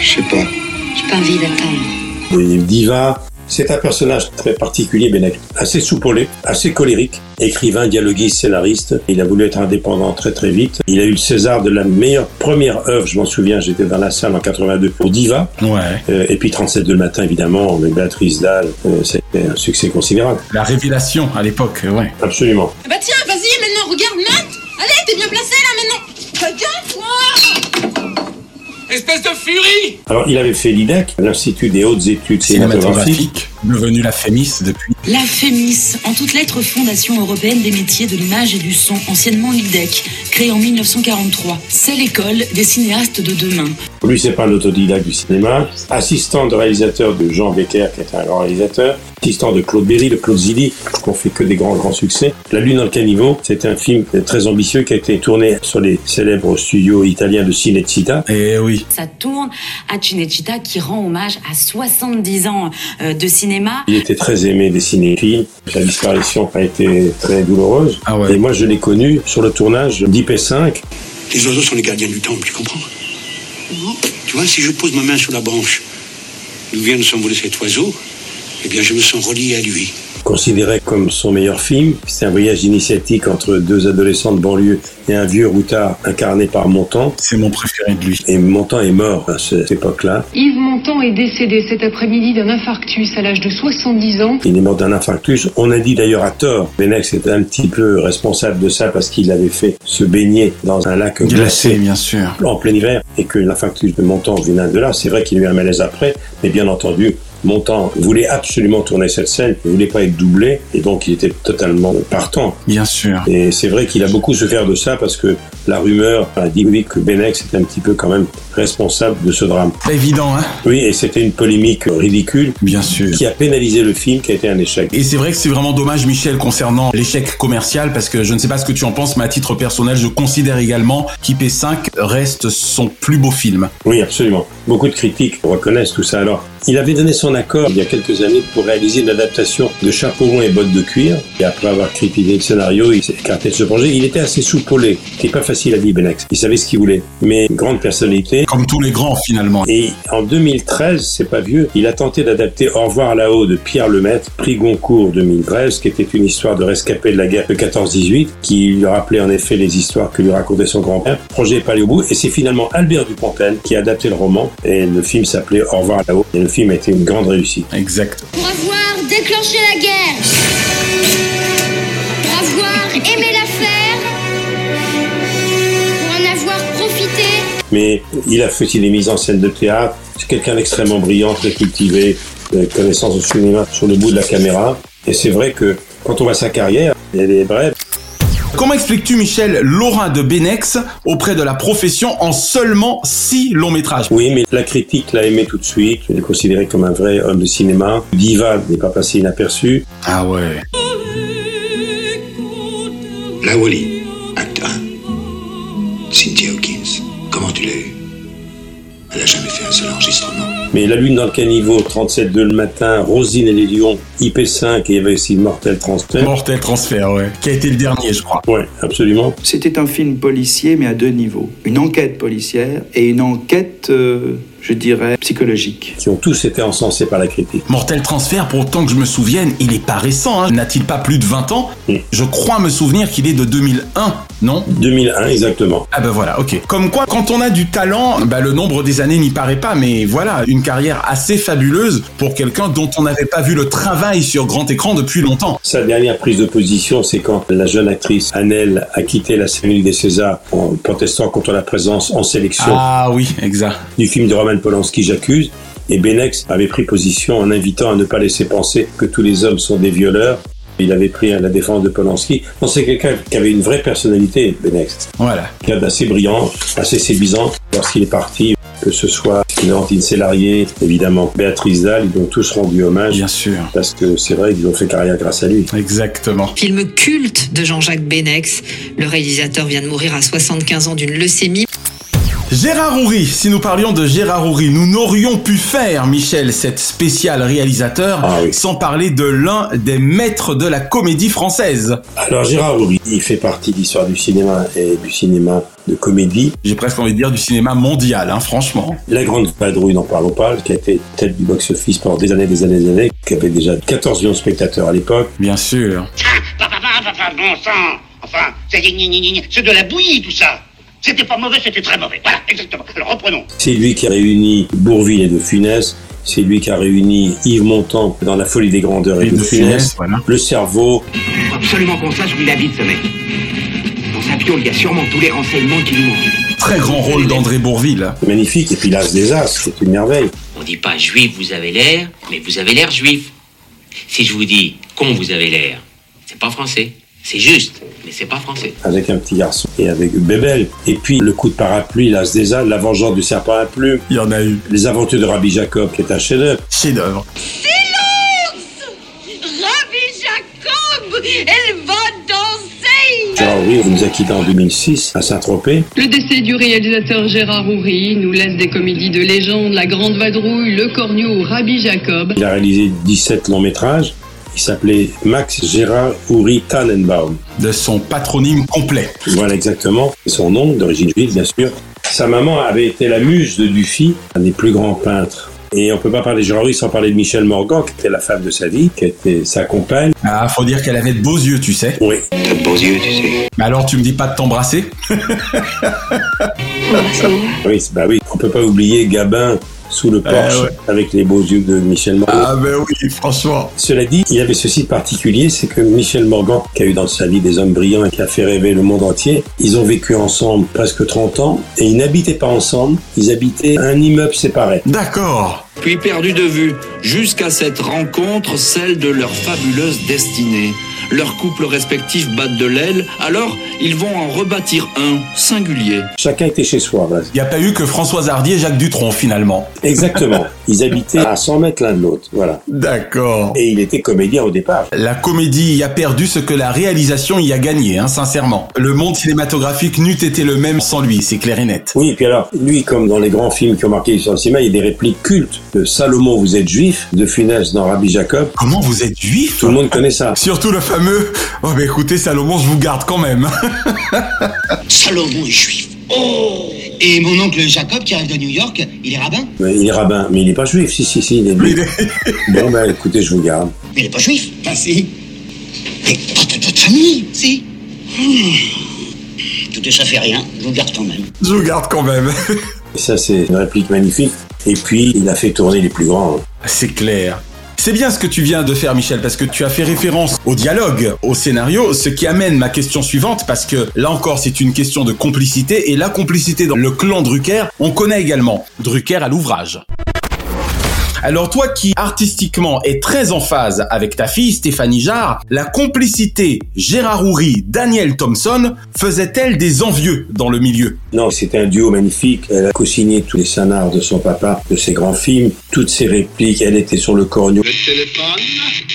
S5: Je sais pas.
S23: J'ai pas envie d'attendre.
S3: Et Diva. C'est un personnage très particulier, Benek. Assez soupolé, assez colérique. Écrivain, dialoguiste, scénariste. Il a voulu être indépendant très très vite. Il a eu le César de la meilleure première œuvre. Je m'en souviens, j'étais dans la salle en 82 pour Diva.
S4: Ouais.
S3: Euh, et puis 37 de le matin, évidemment, avec Béatrice Dalle. euh, C'était un succès considérable.
S4: La révélation à l'époque, ouais.
S3: Absolument.
S24: Ah bah tiens, vas-y, maintenant, regarde, note Allez, t'es bien placé là maintenant Regarde, toi
S13: Espèce de furie
S3: Alors, il avait fait l'IDEC, l'Institut des hautes études cinématographiques.
S4: Cinématographique, devenu la Fémis depuis.
S1: La FEMIS, en toutes lettres Fondation européenne des métiers de l'image et du son, anciennement l'IDEC, créée en 1943. C'est l'école des cinéastes de demain.
S3: Lui, c'est pas l'autodidacte du cinéma. Assistant de réalisateur de Jean Becker, qui est un grand réalisateur. Assistant de Claude Berry, de Claude Zilli, qu'on fait que des grands, grands succès. La Lune dans le caniveau, c'est un film très ambitieux qui a été tourné sur les célèbres studios italiens de Cinecittà.
S4: Eh oui.
S1: Ça tourne à Cinecittà qui rend hommage à 70 ans euh, de cinéma.
S3: Il était très aimé des cinéphiles. La disparition a été très douloureuse.
S4: Ah ouais.
S3: Et moi, je l'ai connu sur le tournage d'IP5.
S22: Les oiseaux sont les gardiens du temple, tu comprends Tu vois, si je pose ma main sur la branche d'où vient de s'envoler cet oiseau, eh bien, je me sens relié à lui.
S3: considéré comme son meilleur film. C'est un voyage initiatique entre deux adolescents de banlieue et un vieux routard incarné par Montand.
S4: C'est mon préféré de lui.
S3: Et Montand est mort à cette époque-là.
S25: Yves Montand est décédé cet après-midi d'un infarctus à l'âge de 70 ans.
S3: Il est mort d'un infarctus. On a dit d'ailleurs à tort, Benex est un petit peu responsable de ça parce qu'il avait fait se baigner dans un lac glacé
S4: bien sûr.
S3: en plein hiver et que l'infarctus de Montand venait de là. C'est vrai qu'il y a eu un malaise après, mais bien entendu, Montand voulait absolument tourner cette scène, il voulait pas être doublé et donc il était totalement partant.
S4: Bien sûr.
S3: Et c'est vrai qu'il a beaucoup souffert de ça parce que la rumeur a dit oui que Benex était un petit peu quand même responsable de ce drame.
S4: Pas évident, hein
S3: Oui, et c'était une polémique ridicule
S4: Bien sûr.
S3: qui a pénalisé le film, qui a été un échec.
S4: Et c'est vrai que c'est vraiment dommage, Michel, concernant l'échec commercial, parce que je ne sais pas ce que tu en penses, mais à titre personnel, je considère également qu'IP5 reste son plus beau film.
S3: Oui, absolument. Beaucoup de critiques reconnaissent tout ça. Alors, il avait donné son accord il y a quelques années pour réaliser une adaptation de Chapeau rond et bottes de cuir. Et après avoir critiqué le scénario, il s'est écarté de ce projet. Il était assez soupolé. C'était pas facile à vivre, Benex. Il savait ce qu'il voulait. Mais une grande personnalité,
S4: Comme tous les grands, finalement.
S3: Et en 2013, c'est pas vieux, il a tenté d'adapter Au revoir là-haut de Pierre Lemaitre, prix Goncourt 2013, qui était une histoire de rescapé de la guerre de 14-18, qui lui rappelait en effet les histoires que lui racontait son grand-père. Projet est pas allé au bout, et c'est finalement Albert Dupontel qui a adapté le roman, et le film s'appelait Au revoir là-haut, et le film a été une grande réussite.
S4: Exact.
S24: Pour avoir des
S2: déclencher la guerre. Pour avoir aimé la faire. Pour en avoir profité.
S3: mais il a fait aussi des mises en scène de théâtre. C'est quelqu'un d'extrêmement brillant, très cultivé, de connaissance au cinéma sur le bout de la caméra. Et c'est vrai que quand on voit sa carrière, elle est brève.
S4: Comment expliques-tu, Michel, Laura de Benex auprès de la profession en seulement six longs métrages
S3: Oui, mais la critique l'a aimé tout de suite. Il est considéré comme un vrai homme de cinéma. Diva n'est pas passé inaperçu.
S4: Ah ouais.
S22: La Wally, acte 1. Cynthia Hawkins, comment tu l'as eu Elle a jamais fait un seul enregistrement.
S3: Mais La Lune dans le caniveau, 37 de le matin, Rosine et les Lions, IP5, et il y avait aussi Mortel Transfert.
S4: Mortel Transfert, ouais. Qui a été le dernier, je crois.
S3: Ouais, absolument.
S10: C'était un film policier, mais à deux niveaux. Une enquête policière et une enquête, euh, je dirais, psychologique.
S3: Qui ont tous été encensés par la critique.
S4: Mortel Transfert, pour autant que je me souvienne, il est pas récent, hein. n'a-t-il pas plus de 20 ans Je crois me souvenir qu'il est de 2001, non
S3: 2001, exactement.
S4: Ah ben voilà, ok. Comme quoi, quand on a du talent, bah le nombre des années n'y paraît pas, mais voilà, une carrière assez fabuleuse pour quelqu'un dont on n'avait pas vu le travail sur grand écran depuis longtemps.
S3: Sa dernière prise de position, c'est quand la jeune actrice Annelle a quitté la cérémonie des Césars en protestant contre la présence en sélection
S4: Ah oui, exact.
S3: du film de Roman Polanski, J'accuse. Et Benex avait pris position en invitant à ne pas laisser penser que tous les hommes sont des violeurs. Il avait pris la défense de Polanski. Non, c'est quelqu'un qui avait une vraie personnalité, Benex.
S4: Voilà.
S3: Quelqu'un d'assez brillant, assez séduisant lorsqu'il est parti. Que ce soit Laurentine Sélarié, évidemment, Béatrice Dalle, ils ont tous rendu hommage. Bien
S4: sûr.
S3: Parce que c'est vrai qu'ils ont fait carrière grâce à lui.
S4: Exactement.
S23: Film culte de Jean-Jacques Benex. Le réalisateur vient de mourir à 75 ans d'une leucémie.
S4: Gérard Houry, si nous parlions de Gérard Houry, nous n'aurions pu faire, Michel, cette spéciale réalisateur, sans parler de l'un des maîtres de la comédie française.
S3: Alors Gérard Houry, il fait partie de l'histoire du cinéma et du cinéma de comédie.
S4: J'ai presque envie de dire du cinéma mondial, hein, franchement.
S3: La Grande Vadrouille, n'en parlons pas, qui a été tête du box-office pendant des années, des années, des années, qui avait déjà 14 millions de spectateurs à l'époque.
S4: Bien sûr.
S7: Enfin, bon sang Enfin, c'est gni, gni, gni, c'est de la bouillie tout ça C'était pas mauvais, c'était très mauvais. Voilà, exactement. Alors reprenons.
S3: C'est lui qui a réuni Bourville et De Funès. C'est lui qui a réuni Yves Montand dans La Folie des Grandeurs et,
S4: Et
S3: De,
S4: De
S3: Funès.
S4: Funès, voilà.
S3: Le cerveau.
S20: Faut absolument qu'on sache où il habite, ce mec. Dans sa piole, il y a sûrement tous les renseignements qui nous manquent.
S4: Très grand rôle d'André Bourville.
S3: Magnifique. Et puis l'As des As, c'est une merveille.
S20: On dit pas juif, vous avez l'air, mais vous avez l'air juif. Si je vous dis con, vous avez l'air, c'est pas français. C'est juste, mais c'est pas français.
S3: Avec un petit garçon et avec Bébel. Et puis le coup de parapluie, l'As des As, La Vengeance du Serpent à Plume.
S4: Il y en a eu.
S3: Les Aventures de Rabbi Jacob, qui est un chef-d'œuvre.
S4: Chef-d'œuvre.
S2: Rabbi Jacob, elle va danser.
S3: Gérard Houry vous nous a quittés en 2006 à Saint-Tropez.
S11: Le décès du réalisateur Gérard Houry nous laisse des comédies de légende, La Grande Vadrouille, Le Corneau, Rabbi Jacob.
S3: Il a réalisé 17 longs métrages. Il s'appelait Max Gérard Uri Tannenbaum.
S4: De son patronyme complet.
S3: Voilà exactement. Et Son nom, d'origine juive, bien sûr. Sa maman avait été la muse de Dufy, un des plus grands peintres. Et on peut pas parler de Gérard Uri sans parler de Michel Morgan, qui était la femme de sa vie, qui était sa compagne.
S4: Ah, faut dire qu'elle avait de beaux yeux, tu sais.
S3: Oui.
S20: T'as de beaux yeux, tu sais.
S4: Mais alors, tu me dis pas de t'embrasser
S3: Oui, c'est- bah oui. On peut pas oublier Gabin sous le porche
S4: ouais.
S3: avec les beaux yeux de Michel Morgan.
S4: Ah ben oui, franchement.
S3: Cela dit, il y avait ceci de particulier, c'est que Michel Morgan, qui a eu dans sa vie des hommes brillants et qui a fait rêver le monde entier, ils ont vécu ensemble presque 30 ans et ils n'habitaient pas ensemble, ils habitaient un immeuble séparé.
S4: D'accord.
S15: puis perdu de vue, jusqu'à cette rencontre, celle de leur fabuleuse destinée. Leurs couples respectifs battent de l'aile, alors ils vont en rebâtir un, singulier.
S3: Chacun était chez soi. voilà.
S4: Il n'y a pas eu que Françoise Hardy et Jacques Dutronc, finalement.
S3: Exactement. Ils habitaient à 100 mètres l'un de l'autre. Voilà.
S4: D'accord.
S3: Et il était comédien au départ.
S4: La comédie y a perdu ce que la réalisation y a gagné, hein, sincèrement. Le monde cinématographique n'eût été le même sans lui, c'est clair et net.
S3: Oui, et puis alors, lui, comme dans les grands films qui ont marqué l'histoire du cinéma, il y a des répliques cultes de Salomon, vous êtes juif, de Funès dans Rabbi Jacob.
S4: Comment vous êtes juif hein?
S3: Tout le monde connaît ça.
S4: Surtout le fameux « Oh bah écoutez Salomon, je vous garde quand même hein.
S7: Salomon est juif. Oh Et mon oncle Jacob, qui arrive de New York, il est rabbin
S3: Mais il est rabbin, mais il n'est pas juif. Si, si, si, il est juif. Bon, ben écoutez, je vous garde.
S7: Mais il n'est pas juif. Ah si. Mais pas de votre famille, si. Hmm. Tout de ça fait rien, je vous garde quand même. ».
S4: Je vous garde quand même.
S3: Et ça, c'est une réplique magnifique. Et puis, il a fait tourner les plus grands. hein.
S4: c'est clair. C'est bien ce que tu viens de faire, Michel, parce que tu as fait référence au dialogue, au scénario, ce qui amène ma question suivante, parce que là encore, c'est une question de complicité, et la complicité dans le clan Drucker, on connaît également Drucker à l'ouvrage. Alors toi qui artistiquement est très en phase avec ta fille Stéphanie Jarre, la complicité Gérard Houry, Daniel Thompson faisait-elle des envieux dans le milieu
S3: Non, c'était un duo magnifique. Elle a co-signé tous les scénars de son papa, de ses grands films, toutes ses répliques. Elle était sur le corneau.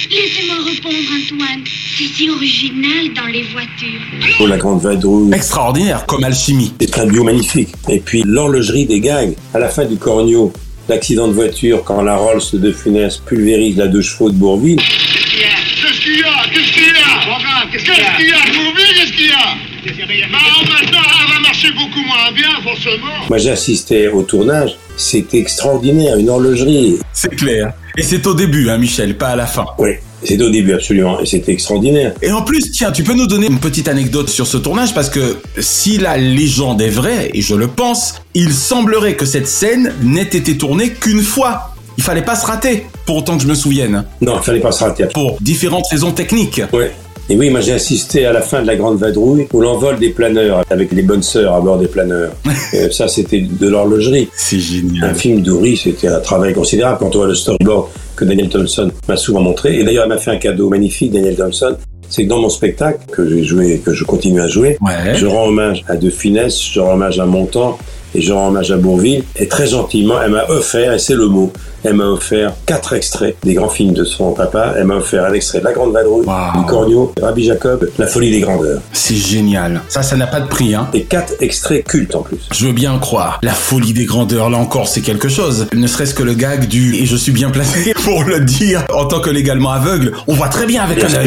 S2: Laissez-moi répondre, Antoine. C'est si original dans les voitures.
S3: Pour la grande vadrouille.
S4: Extraordinaire comme alchimie.
S3: C'est un duo magnifique. Et puis l'horlogerie des gags. À la fin du corneau, l'accident de voiture quand la Rolls de Funès pulvérise la deux chevaux de Bourville.
S7: Qu'est-ce qu'il y a Qu'est-ce qu'il y a Qu'est-ce qu'il y a Je vous oublie, qu'est-ce qu'il y a Bah, maintenant, elle va marcher beaucoup moins bien, forcément.
S3: Moi, j'assistais au tournage. C'était extraordinaire, une horlogerie.
S4: C'est clair. Et c'est au début, hein, Michel, pas à la fin.
S3: Oui, c'était au début, absolument. Et c'était extraordinaire.
S4: Et en plus, tiens, tu peux nous donner une petite anecdote sur ce tournage parce que si la légende est vraie, et je le pense, il semblerait que cette scène n'ait été tournée qu'une fois. Il fallait pas se rater, pour autant que je me souvienne.
S3: Non, il fallait pas se rater.
S4: Pour différentes raisons techniques.
S3: Oui. Et oui, moi j'ai assisté à la fin de la Grande Vadrouille où l'envol des planeurs avec les bonnes sœurs à bord des planeurs. Euh, ça, c'était de l'horlogerie.
S4: C'est génial.
S3: Un film d'Oury, c'était un travail considérable. Quand on voit le storyboard que Daniel Thompson m'a souvent montré, et d'ailleurs elle m'a fait un cadeau magnifique, Daniel Thompson, c'est que dans mon spectacle que j'ai joué, que je continue à jouer,
S4: Ouais.
S3: je rends hommage à De Funès, je rends hommage à Montand et je rends hommage à Bourville. Et très gentiment, elle m'a offert, et c'est le mot, elle m'a offert quatre extraits des grands films de son papa. Elle m'a offert un extrait de La Grande Vadrouille, du Corneau, Rabbi Jacob, La Folie des Grandeurs.
S4: C'est génial. Ça, ça n'a pas de prix, hein.
S3: Et quatre extraits cultes en plus.
S4: Je veux bien en croire. La folie des grandeurs, là encore, c'est quelque chose. Ne serait-ce que le gag du et je suis bien placé pour le dire en tant que légalement aveugle, on voit très bien avec
S3: Bien
S4: un
S3: sûr.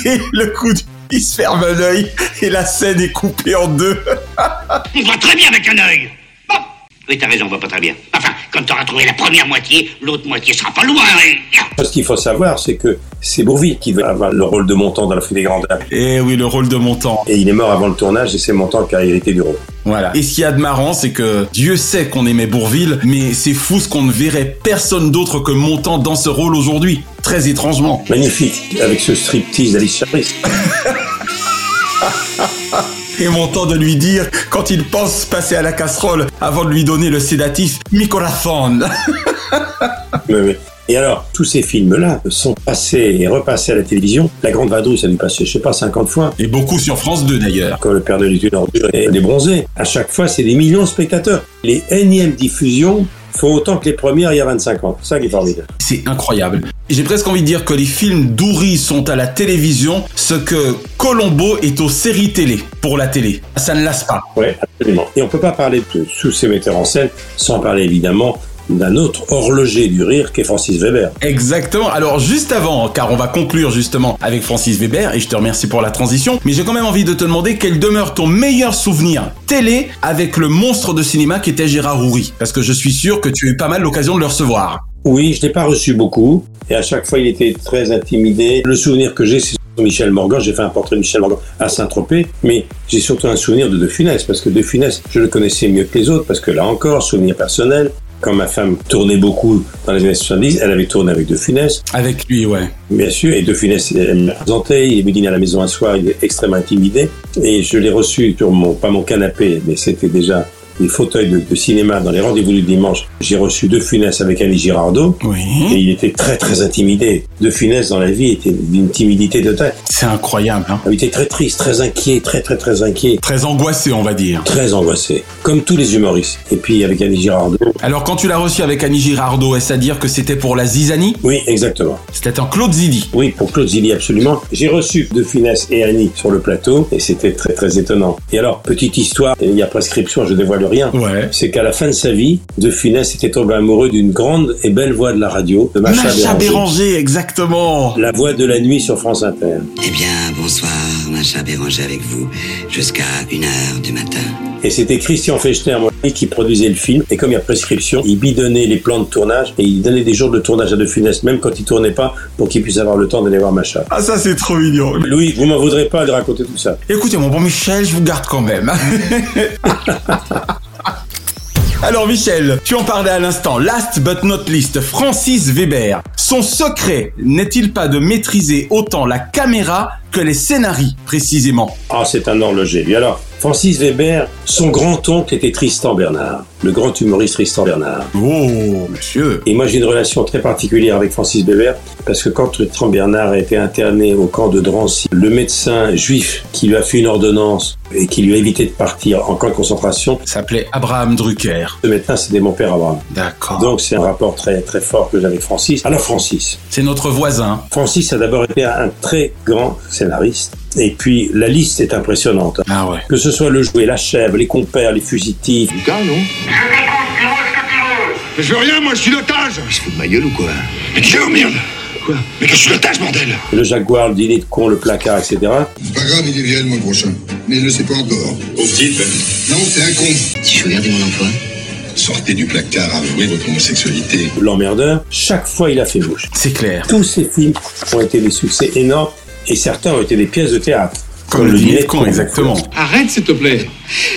S4: œil. le coup du il se ferme un œil et la scène est coupée en deux.
S7: On voit très bien avec un œil. Bon. Oui, t'as raison, on voit pas très bien. Enfin, quand t'auras trouvé la première moitié, l'autre moitié sera pas loin. hein.
S3: Ce qu'il faut savoir, c'est que c'est Bourville qui va avoir le rôle de Montand dans La Folie des Grandeurs.
S4: Et Eh oui, le rôle de Montand.
S3: Et il est mort avant le tournage et c'est Montand qui a hérité du rôle.
S4: Voilà. Et ce qu'il y a de marrant, c'est que Dieu sait qu'on aimait Bourville, mais c'est fou ce qu'on ne verrait personne d'autre que Montand dans ce rôle aujourd'hui. Très étrangement.
S3: Magnifique, avec ce striptease d'Alice Charis.
S4: Et Montand de lui dire, quand il pense passer à la casserole, avant de lui donner le sédatif, Micorathon.
S3: Oui, oui. Et alors, tous ces films-là sont passés et repassés à la télévision. La Grande Vadrouille, ça a dû passer, je sais pas, 50 fois.
S4: Et beaucoup sur France 2 d'ailleurs.
S3: Comme le Père de l'étude ordure et les bronzés. À chaque fois, c'est des millions de spectateurs. Les énièmes diffusions font autant que les premières il y a 25 ans. Ça qui est formidable.
S4: C'est incroyable. J'ai presque envie de dire que les films d'Oury sont à la télévision ce que Colombo est aux séries télé pour la télé. Ça ne lasse pas.
S3: Oui, absolument. Et on peut pas parler de tous ces metteurs en scène sans parler évidemment d'un autre horloger du rire qui est Francis Weber.
S4: Exactement. Alors juste avant, car on va conclure justement avec Francis Weber, et je te remercie pour la transition, mais j'ai quand même envie de te demander quel demeure ton meilleur souvenir télé avec le monstre de cinéma qui était Gérard Houry. Parce que je suis sûr que tu as eu pas mal l'occasion de le recevoir.
S3: Oui, je l'ai pas reçu beaucoup. Et à chaque fois, il était très intimidé. Le souvenir que j'ai, c'est Michel Morgan. J'ai fait un portrait de Michel Morgan à Saint-Tropez. Mais j'ai surtout un souvenir de De Funès. Parce que De Funès, je le connaissais mieux que les autres. Parce que là encore, souvenir personnel. Quand ma femme tournait beaucoup dans les années 70, elle avait tourné avec De Funès.
S4: Avec lui, ouais.
S3: Bien sûr, et De Funès elle me l'a présenté, il est venu dîner à la maison un soir, il est extrêmement intimidé, et je l'ai reçu sur mon, pas mon canapé, mais c'était déjà des fauteuils de, de cinéma dans les rendez-vous du dimanche. J'ai reçu De Funès avec Ali Girardot, et il était très très intimidé. De Funès dans la vie était d'une timidité totale.
S4: C'est incroyable, hein.
S3: Il était très triste, très inquiet, très très très inquiet,
S4: Très angoissé, on va dire.
S3: très angoissé, comme tous les humoristes. Et puis avec Ali Girardot,
S4: Alors quand tu l'as reçu avec Annie Girardot, est-ce à dire que c'était pour la zizanie
S3: oui, exactement.
S4: C'était un Claude Zidi.
S3: Oui, pour Claude Zilli, absolument. J'ai reçu De Funès et Annie sur le plateau et c'était très très étonnant. Et alors, petite histoire, il y a prescription, je dévoile rien.
S4: Ouais.
S3: C'est qu'à la fin de sa vie, De Funès était tombé amoureux d'une grande et belle voix de la radio, de Macha,
S4: Macha
S3: Béranger.
S4: Béranger, exactement.
S3: La voix de la nuit sur France Inter.
S18: Eh bien, bonsoir, Macha Béranger avec vous, jusqu'à 1h du matin.
S3: Et c'était Christian Fechner, mon ami, qui produisait le film. Et comme il y a prescription, il bidonnait les plans de tournage et il donnait des jours de tournage à De Funès, même quand il tournait pas, pour qu'il puisse avoir le temps d'aller voir Macha.
S4: Ah ça c'est trop mignon.
S3: Louis, vous m'en voudrez pas de raconter tout ça.
S4: Écoutez mon bon Michel, je vous garde quand même. Alors Michel, tu en parlais à l'instant, last but not least, Francis Weber. Ce Son secret n'est-il pas de maîtriser autant la caméra que les scénarii, précisément
S3: Ah, c'est un horloger, lui alors. Francis Weber, son grand-oncle était Tristan Bernard, le grand humoriste Tristan Bernard.
S4: Oh, monsieur
S3: Et moi, j'ai une relation très particulière avec Francis Weber, parce que quand Tristan Bernard a été interné au camp de Drancy, le médecin juif qui lui a fait une ordonnance et qui lui a évité de partir en camp de concentration,
S4: s'appelait Abraham Drucker.
S3: ce médecin, c'était mon père Abraham.
S4: D'accord.
S3: Donc, c'est un rapport très, très fort que j'avais avec Francis. Alors, Francis,
S4: C'est notre voisin.
S3: Francis a d'abord été un très grand scénariste. Et puis, la liste est impressionnante.
S4: Ah ouais.
S3: Que ce soit le jouet, la chèvre, les compères, les fugitifs.
S7: Mais je veux rien, moi, je suis l'otage Il se
S22: Bah,
S7: fout de ma gueule ou quoi Mais tu es au merde Quoi Mais que je suis l'otage, bordel
S3: Le jaguar, le dîner de con, le placard, etc.
S5: C'est pas grave, il est viré le mois prochain. Mais il ne le sait pas encore.
S6: bah.
S5: Pauvre-t-il Non, c'est un con. Si je veux garder mon emploi. Sortez du placard, avouez votre homosexualité.
S3: L'emmerdeur, chaque fois, il a fait bouche.
S4: C'est clair.
S3: Tous ces films ont été des succès énormes et certains ont été des pièces de théâtre.
S4: Comme le dîner de con, exactement.
S6: Arrête, s'il te plaît.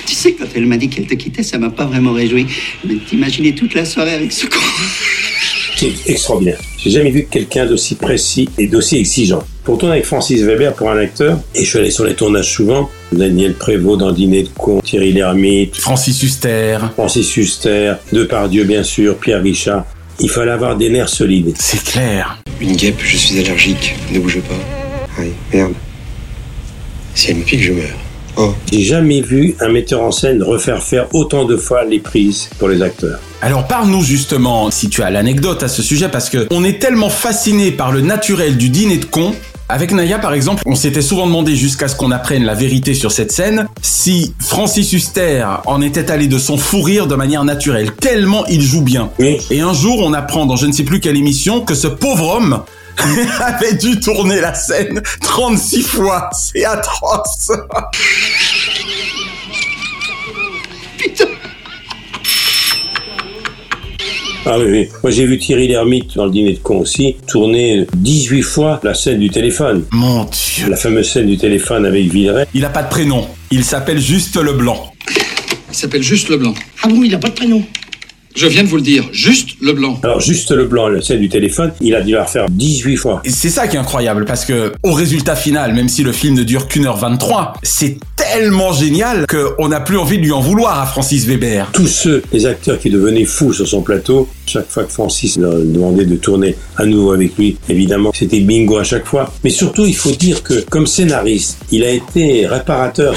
S6: Tu sais, quand elle m'a dit qu'elle te quittait, ça m'a pas vraiment réjoui. Mais t'imaginer toute la soirée avec ce con.
S3: C'est extraordinaire. J'ai jamais vu quelqu'un d'aussi précis et d'aussi exigeant. Pour tourner avec Francis Weber pour un acteur, et je suis allé sur les tournages souvent, Daniel Prévost dans Dîner de con, Thierry Lhermitte,
S4: Francis Huster.
S3: Francis Huster, Depardieu bien sûr, Pierre Richard, il fallait avoir des nerfs solides.
S4: C'est clair.
S9: Une guêpe, je suis allergique. Ne bouge pas. Aïe, merde. Si elle me pique, je meurs.
S3: J'ai jamais vu un metteur en scène refaire faire autant de fois les prises pour les acteurs.
S4: Alors parle-nous justement, si tu as l'anecdote à ce sujet, parce que on est tellement fasciné par le naturel du dîner de con. Avec Naya, par exemple, on s'était souvent demandé jusqu'à ce qu'on apprenne la vérité sur cette scène si Francis Huster en était allé de son fou rire de manière naturelle, tellement il joue bien. Et un jour, on apprend dans je ne sais plus quelle émission que ce pauvre homme avait dû tourner la scène 36 fois. C'est atroce.
S3: Ah oui, oui. Moi j'ai vu Thierry Lhermitte dans le dîner de con aussi tourner 18 fois la scène du téléphone.
S4: Mon Dieu.
S3: La fameuse scène du téléphone avec Villeray.
S4: Il a pas de prénom. Il s'appelle juste Leblanc.
S9: Il s'appelle Juste Leblanc. Ah bon, il a pas de prénom Je viens de vous le dire, Juste Leblanc.
S3: Alors juste Leblanc, la scène du téléphone, il a dû la refaire 18 fois.
S4: Et c'est ça qui est incroyable parce que au résultat final, même si le film ne dure qu'une heure 23, c'est tellement génial qu'on n'a plus envie de lui en vouloir à Francis Weber.
S3: Tous ceux, les acteurs qui devenaient fous sur son plateau, chaque fois que Francis leur demandait de tourner à nouveau avec lui, évidemment, c'était bingo à chaque fois. Mais surtout, il faut dire que, comme scénariste, il a été réparateur.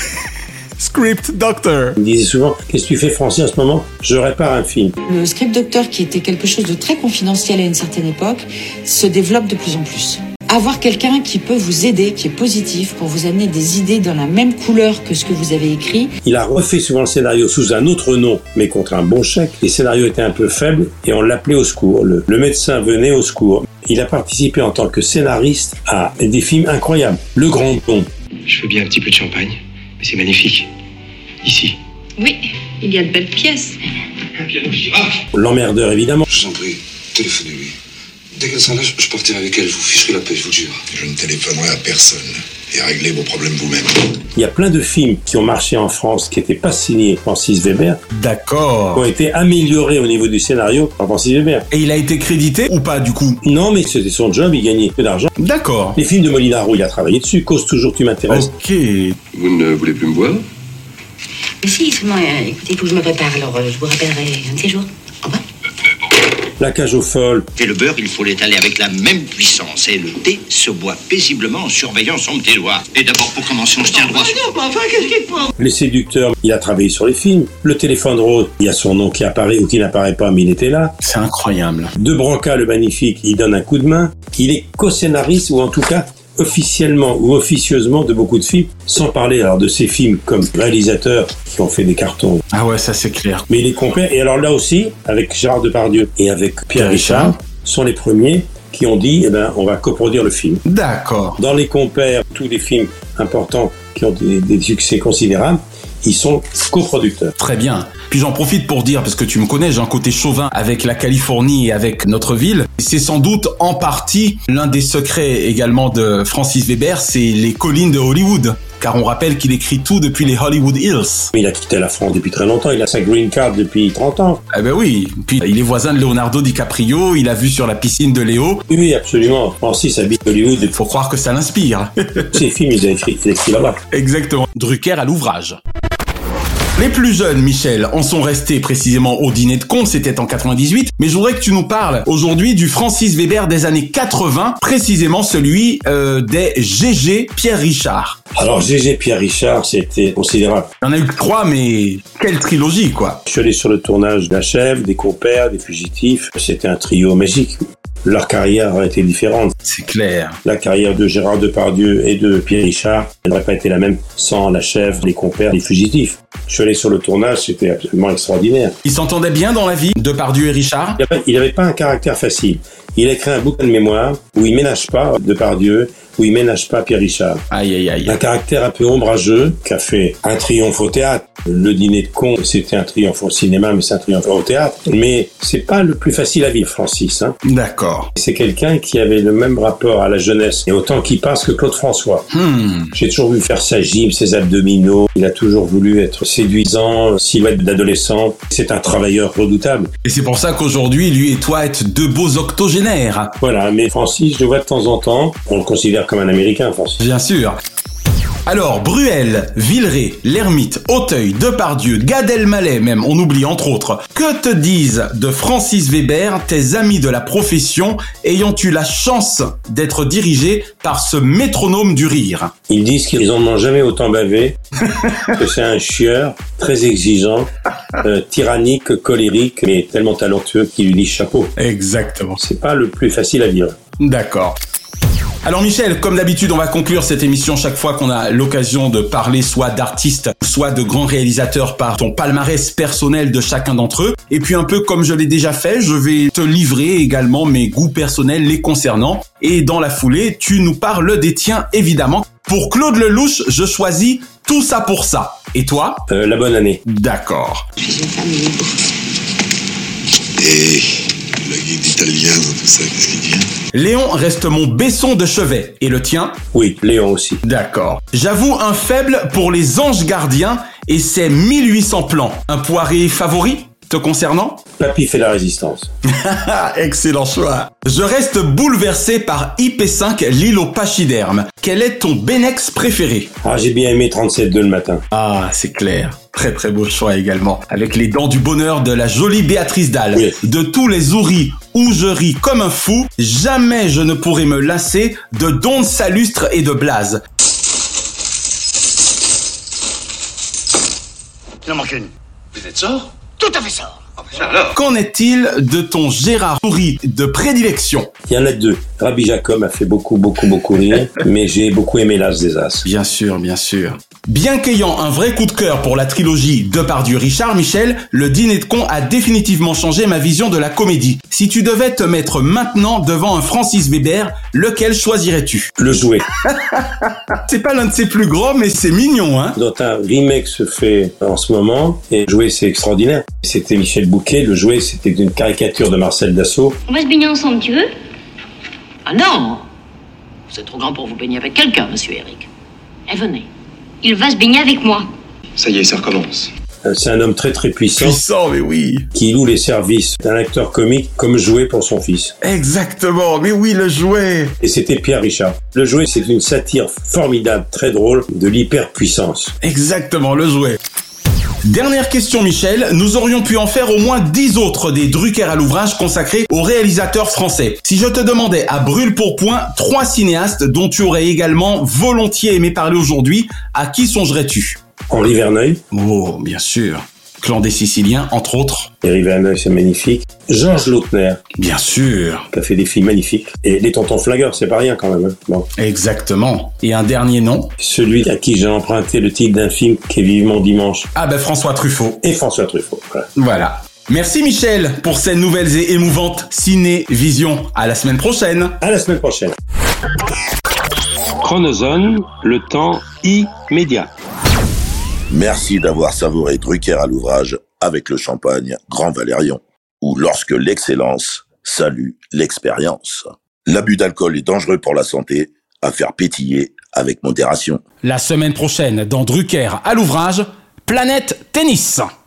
S4: Script Doctor.
S3: Il me disait souvent, qu'est-ce que tu fais Francis en ce moment Je répare un film.
S12: Le script docteur, qui était quelque chose de très confidentiel à une certaine époque, se développe de plus en plus. Avoir quelqu'un qui peut vous aider, qui est positif, pour vous amener des idées dans la même couleur que ce que vous avez écrit,
S3: Il a refait souvent le scénario sous un autre nom, mais contre un bon chèque. Les scénarios étaient un peu faibles et on l'appelait au secours. Le, le médecin venait au secours. Il a participé en tant que scénariste à des films incroyables. Le Grand Don,
S9: Je veux bien un petit peu de champagne, mais c'est magnifique. Ici.
S24: Oui, il y a de belles pièces.
S3: L'Emmerdeur évidemment,
S22: Je vous en prie, téléphonez-lui. Dès qu'elle sera là, je je partirai avec elle, je vous ficherai la paix, je vous le jure.
S5: Je ne téléphonerai à personne. Et réglez vos problèmes vous-même.
S3: il y a plein de films qui ont marché en France qui n'étaient pas signés Francis Weber, qui
S4: D'accord.
S3: ont été améliorés au niveau du scénario par Francis Weber.
S4: Et il a été crédité ou pas du coup
S3: Non mais c'était son job, il gagnait peu d'argent.
S4: D'accord.
S3: Les films de Molinaro, il a travaillé dessus, Cause toujours tu m'intéresses.
S4: Ok.
S22: Vous ne voulez plus me voir
S21: Mais si, seulement, euh, écoutez, il faut que je me prépare, alors euh, je vous rappellerai un de ces jours.
S3: La cage aux folles,
S22: Et le beurre, il faut l'étaler avec la même puissance. Et le thé se boit paisiblement en surveillant son petit doigt. Et d'abord, pour commencer, on se tient droit.
S3: Les séducteurs, il a travaillé sur les films. Le téléphone rose, il y a son nom qui apparaît ou qui n'apparaît pas, mais il était là.
S4: C'est incroyable.
S3: De Branca, le magnifique, il donne un coup de main. Il est co-scénariste, ou en tout cas officiellement ou officieusement de beaucoup de films, sans parler alors de ces films comme réalisateurs qui ont fait des cartons.
S4: Ah ouais, ça c'est clair.
S3: Mais il est complet. Et alors là aussi, avec Gérard Depardieu et avec Pierre Richard, sont les premiers qui ont dit, eh ben, on va coproduire le film.
S4: D'accord.
S3: Dans les compères, tous les films importants qui ont des, des succès considérables, Ils sont coproducteurs.
S4: Très bien. Puis j'en profite pour dire, parce que tu me connais, j'ai un côté chauvin avec la Californie et avec notre ville. C'est sans doute en partie l'un des secrets également de Francis Weber, c'est les collines de Hollywood. Car on rappelle qu'il écrit tout depuis les Hollywood Hills.
S3: Il a quitté la France depuis très longtemps, il a sa green card depuis 30 ans.
S4: Eh ben oui, puis il est voisin de Leonardo DiCaprio, il a vu sur la piscine de Léo.
S3: Oui, oui, absolument. Francis habite Hollywood.
S4: Faut croire que ça l'inspire.
S3: Ses films, il a écrit, il a écrit là-bas.
S4: Exactement. Drucker à l'ouvrage. Les plus jeunes, Michel, en sont restés précisément au dîner de con, c'était en 98, mais je voudrais que tu nous parles aujourd'hui du Francis Weber des années 80, précisément celui euh, des GG Pierre Richard.
S3: Alors GG Pierre Richard, c'était considérable.
S4: Il y en a eu que trois, mais quelle trilogie, quoi
S3: Je suis allé sur le tournage d'un chef, des compères, des fugitifs. C'était un trio magique. Leur carrière aurait été différente.
S4: C'est clair.
S3: La carrière de Gérard Depardieu et de Pierre Richard n'aurait pas été la même sans la chèvre, les compères, les fugitifs. Je suis allé sur le tournage, c'était absolument extraordinaire.
S4: Ils s'entendaient bien dans la vie, Depardieu et Richard
S3: Il n'avait pas un caractère facile. Il a écrit un bouquin de mémoire où il ménage pas Depardieu, où il ménage pas Pierre Richard.
S4: Aïe, aïe, aïe.
S3: Un caractère un peu ombrageux qui a fait un triomphe au théâtre. Le dîner de con, c'était un triomphe au cinéma, mais c'est un triomphe au théâtre. Mais c'est pas le plus facile à vivre, Francis. hein.
S4: D'accord.
S3: C'est quelqu'un qui avait le même rapport à la jeunesse et au temps qui passe que Claude François.
S4: Hmm.
S3: J'ai toujours vu faire sa gym, ses abdominaux. Il a toujours voulu être séduisant, silhouette d'adolescent. C'est un travailleur redoutable.
S4: Et c'est pour ça qu'aujourd'hui, lui et toi êtes deux beaux octogénaires.
S3: Voilà, mais Francis, je le vois de temps en temps. On le considère comme un Américain, Francis.
S4: Bien sûr. Alors, Bruel, Villeray, L'Ermite, Auteuil, Depardieu, Gad Elmaleh même, on oublie entre autres. Que te disent de Francis Weber tes amis de la profession ayant eu la chance d'être dirigés par ce métronome du rire
S3: Ils disent qu'ils en ont jamais autant bavé, que c'est un chieur très exigeant, euh, tyrannique, colérique, mais tellement talentueux qu'il lui dit chapeau.
S4: Exactement.
S3: C'est pas le plus facile à vivre.
S4: D'accord. Alors Michel, comme d'habitude, on va conclure cette émission chaque fois qu'on a l'occasion de parler soit d'artistes, soit de grands réalisateurs par ton palmarès personnel de chacun d'entre eux. Et puis un peu comme je l'ai déjà fait, je vais te livrer également mes goûts personnels les concernant. Et dans la foulée, tu nous parles des tiens évidemment. Pour Claude Lelouch, je choisis tout ça pour ça. Et toi
S3: Euh, la bonne année.
S4: D'accord.
S21: Je suis une femme libre.
S5: Et le guide italien dans tout ça, qu'est-ce qu'il dit
S4: Léon reste mon baisson de chevet. Et le tien
S3: Oui, Léon aussi.
S4: D'accord. J'avoue un faible pour les anges gardiens et ses 1800 plans. Un poiré favori te concernant
S3: Papy fait la résistance.
S4: Ah, Excellent choix. Je reste bouleversé par IP5 l'île aux pachydermes. Quel est ton Benex préféré
S3: Ah, j'ai bien aimé 37-2 le matin.
S4: Ah, c'est clair. Très très beau choix également. Avec les dents du bonheur de la jolie Béatrice Dalle.
S3: Oui.
S4: De tous les ouris où je ris comme un fou, jamais je ne pourrai me lasser de Don Salustre et de Blaze.
S7: Il en manque une. Vous êtes sort Tout à fait sort. alors
S4: Qu'en est-il de ton Gérard Souris de prédilection
S3: Il y en a deux. Rabbi Jacob a fait beaucoup, beaucoup, beaucoup rire, mais j'ai beaucoup aimé l'As des As.
S4: Bien sûr, bien sûr. Bien qu'ayant un vrai coup de cœur pour la trilogie Depardieu-Richard Michel, le dîner de con a définitivement changé ma vision de la comédie. Si tu devais te mettre maintenant devant un Francis Weber, lequel choisirais-tu
S3: Le jouet.
S4: C'est pas l'un de ses plus grands, mais c'est mignon, hein
S3: dont un remake se fait en ce moment. Et jouer, c'est extraordinaire. C'était Michel Bouquet. Le jouet, c'était une caricature de Marcel Dassault.
S2: On va se baigner ensemble, tu veux
S8: Ah non Vous êtes trop grand pour vous baigner avec quelqu'un, monsieur Eric.
S2: Eh, venez. Il va se baigner avec moi.
S9: Ça y est, ça recommence.
S3: Euh, C'est un homme très très puissant
S4: Puissant, mais oui
S3: qui loue les services d'un acteur comique comme jouet pour son fils.
S4: Exactement, mais oui, le jouet
S3: Et c'était Pierre Richard. Le jouet, c'est une satire formidable, très drôle, de l'hyperpuissance.
S4: Exactement, le jouet. Dernière question, Michel. Nous aurions pu en faire au moins 10 autres des Drucker à l'ouvrage consacrés aux réalisateurs français. Si je te demandais à brûle pour point trois cinéastes dont tu aurais également volontiers aimé parler aujourd'hui, à qui songerais-tu
S3: Henri Verneuil.
S4: Oh, bien sûr. Clan des Siciliens, entre autres.
S3: Henri Verneuil, c'est magnifique. Georges Lautner,
S4: Bien sûr.
S3: qui a fait des films magnifiques. Et Les Tontons Flingueurs, c'est pas rien quand même. hein. Bon.
S4: Exactement. Et un dernier nom
S3: Celui à qui j'ai emprunté le titre d'un film qui est Vivement Dimanche.
S4: Ah ben François Truffaut.
S3: Et François Truffaut. Voilà.
S4: Voilà. Merci Michel pour ces nouvelles et émouvantes ciné-visions. À la semaine prochaine.
S3: À la semaine prochaine.
S14: Chronozone, le temps immédiat.
S13: Merci d'avoir savouré Drucker à l'ouvrage avec le champagne Grand Valérion, ou lorsque l'excellence salue l'expérience. L'abus d'alcool est dangereux pour la santé, à faire pétiller avec modération.
S4: La semaine prochaine, dans Drucker à l'ouvrage, Planète Tennis.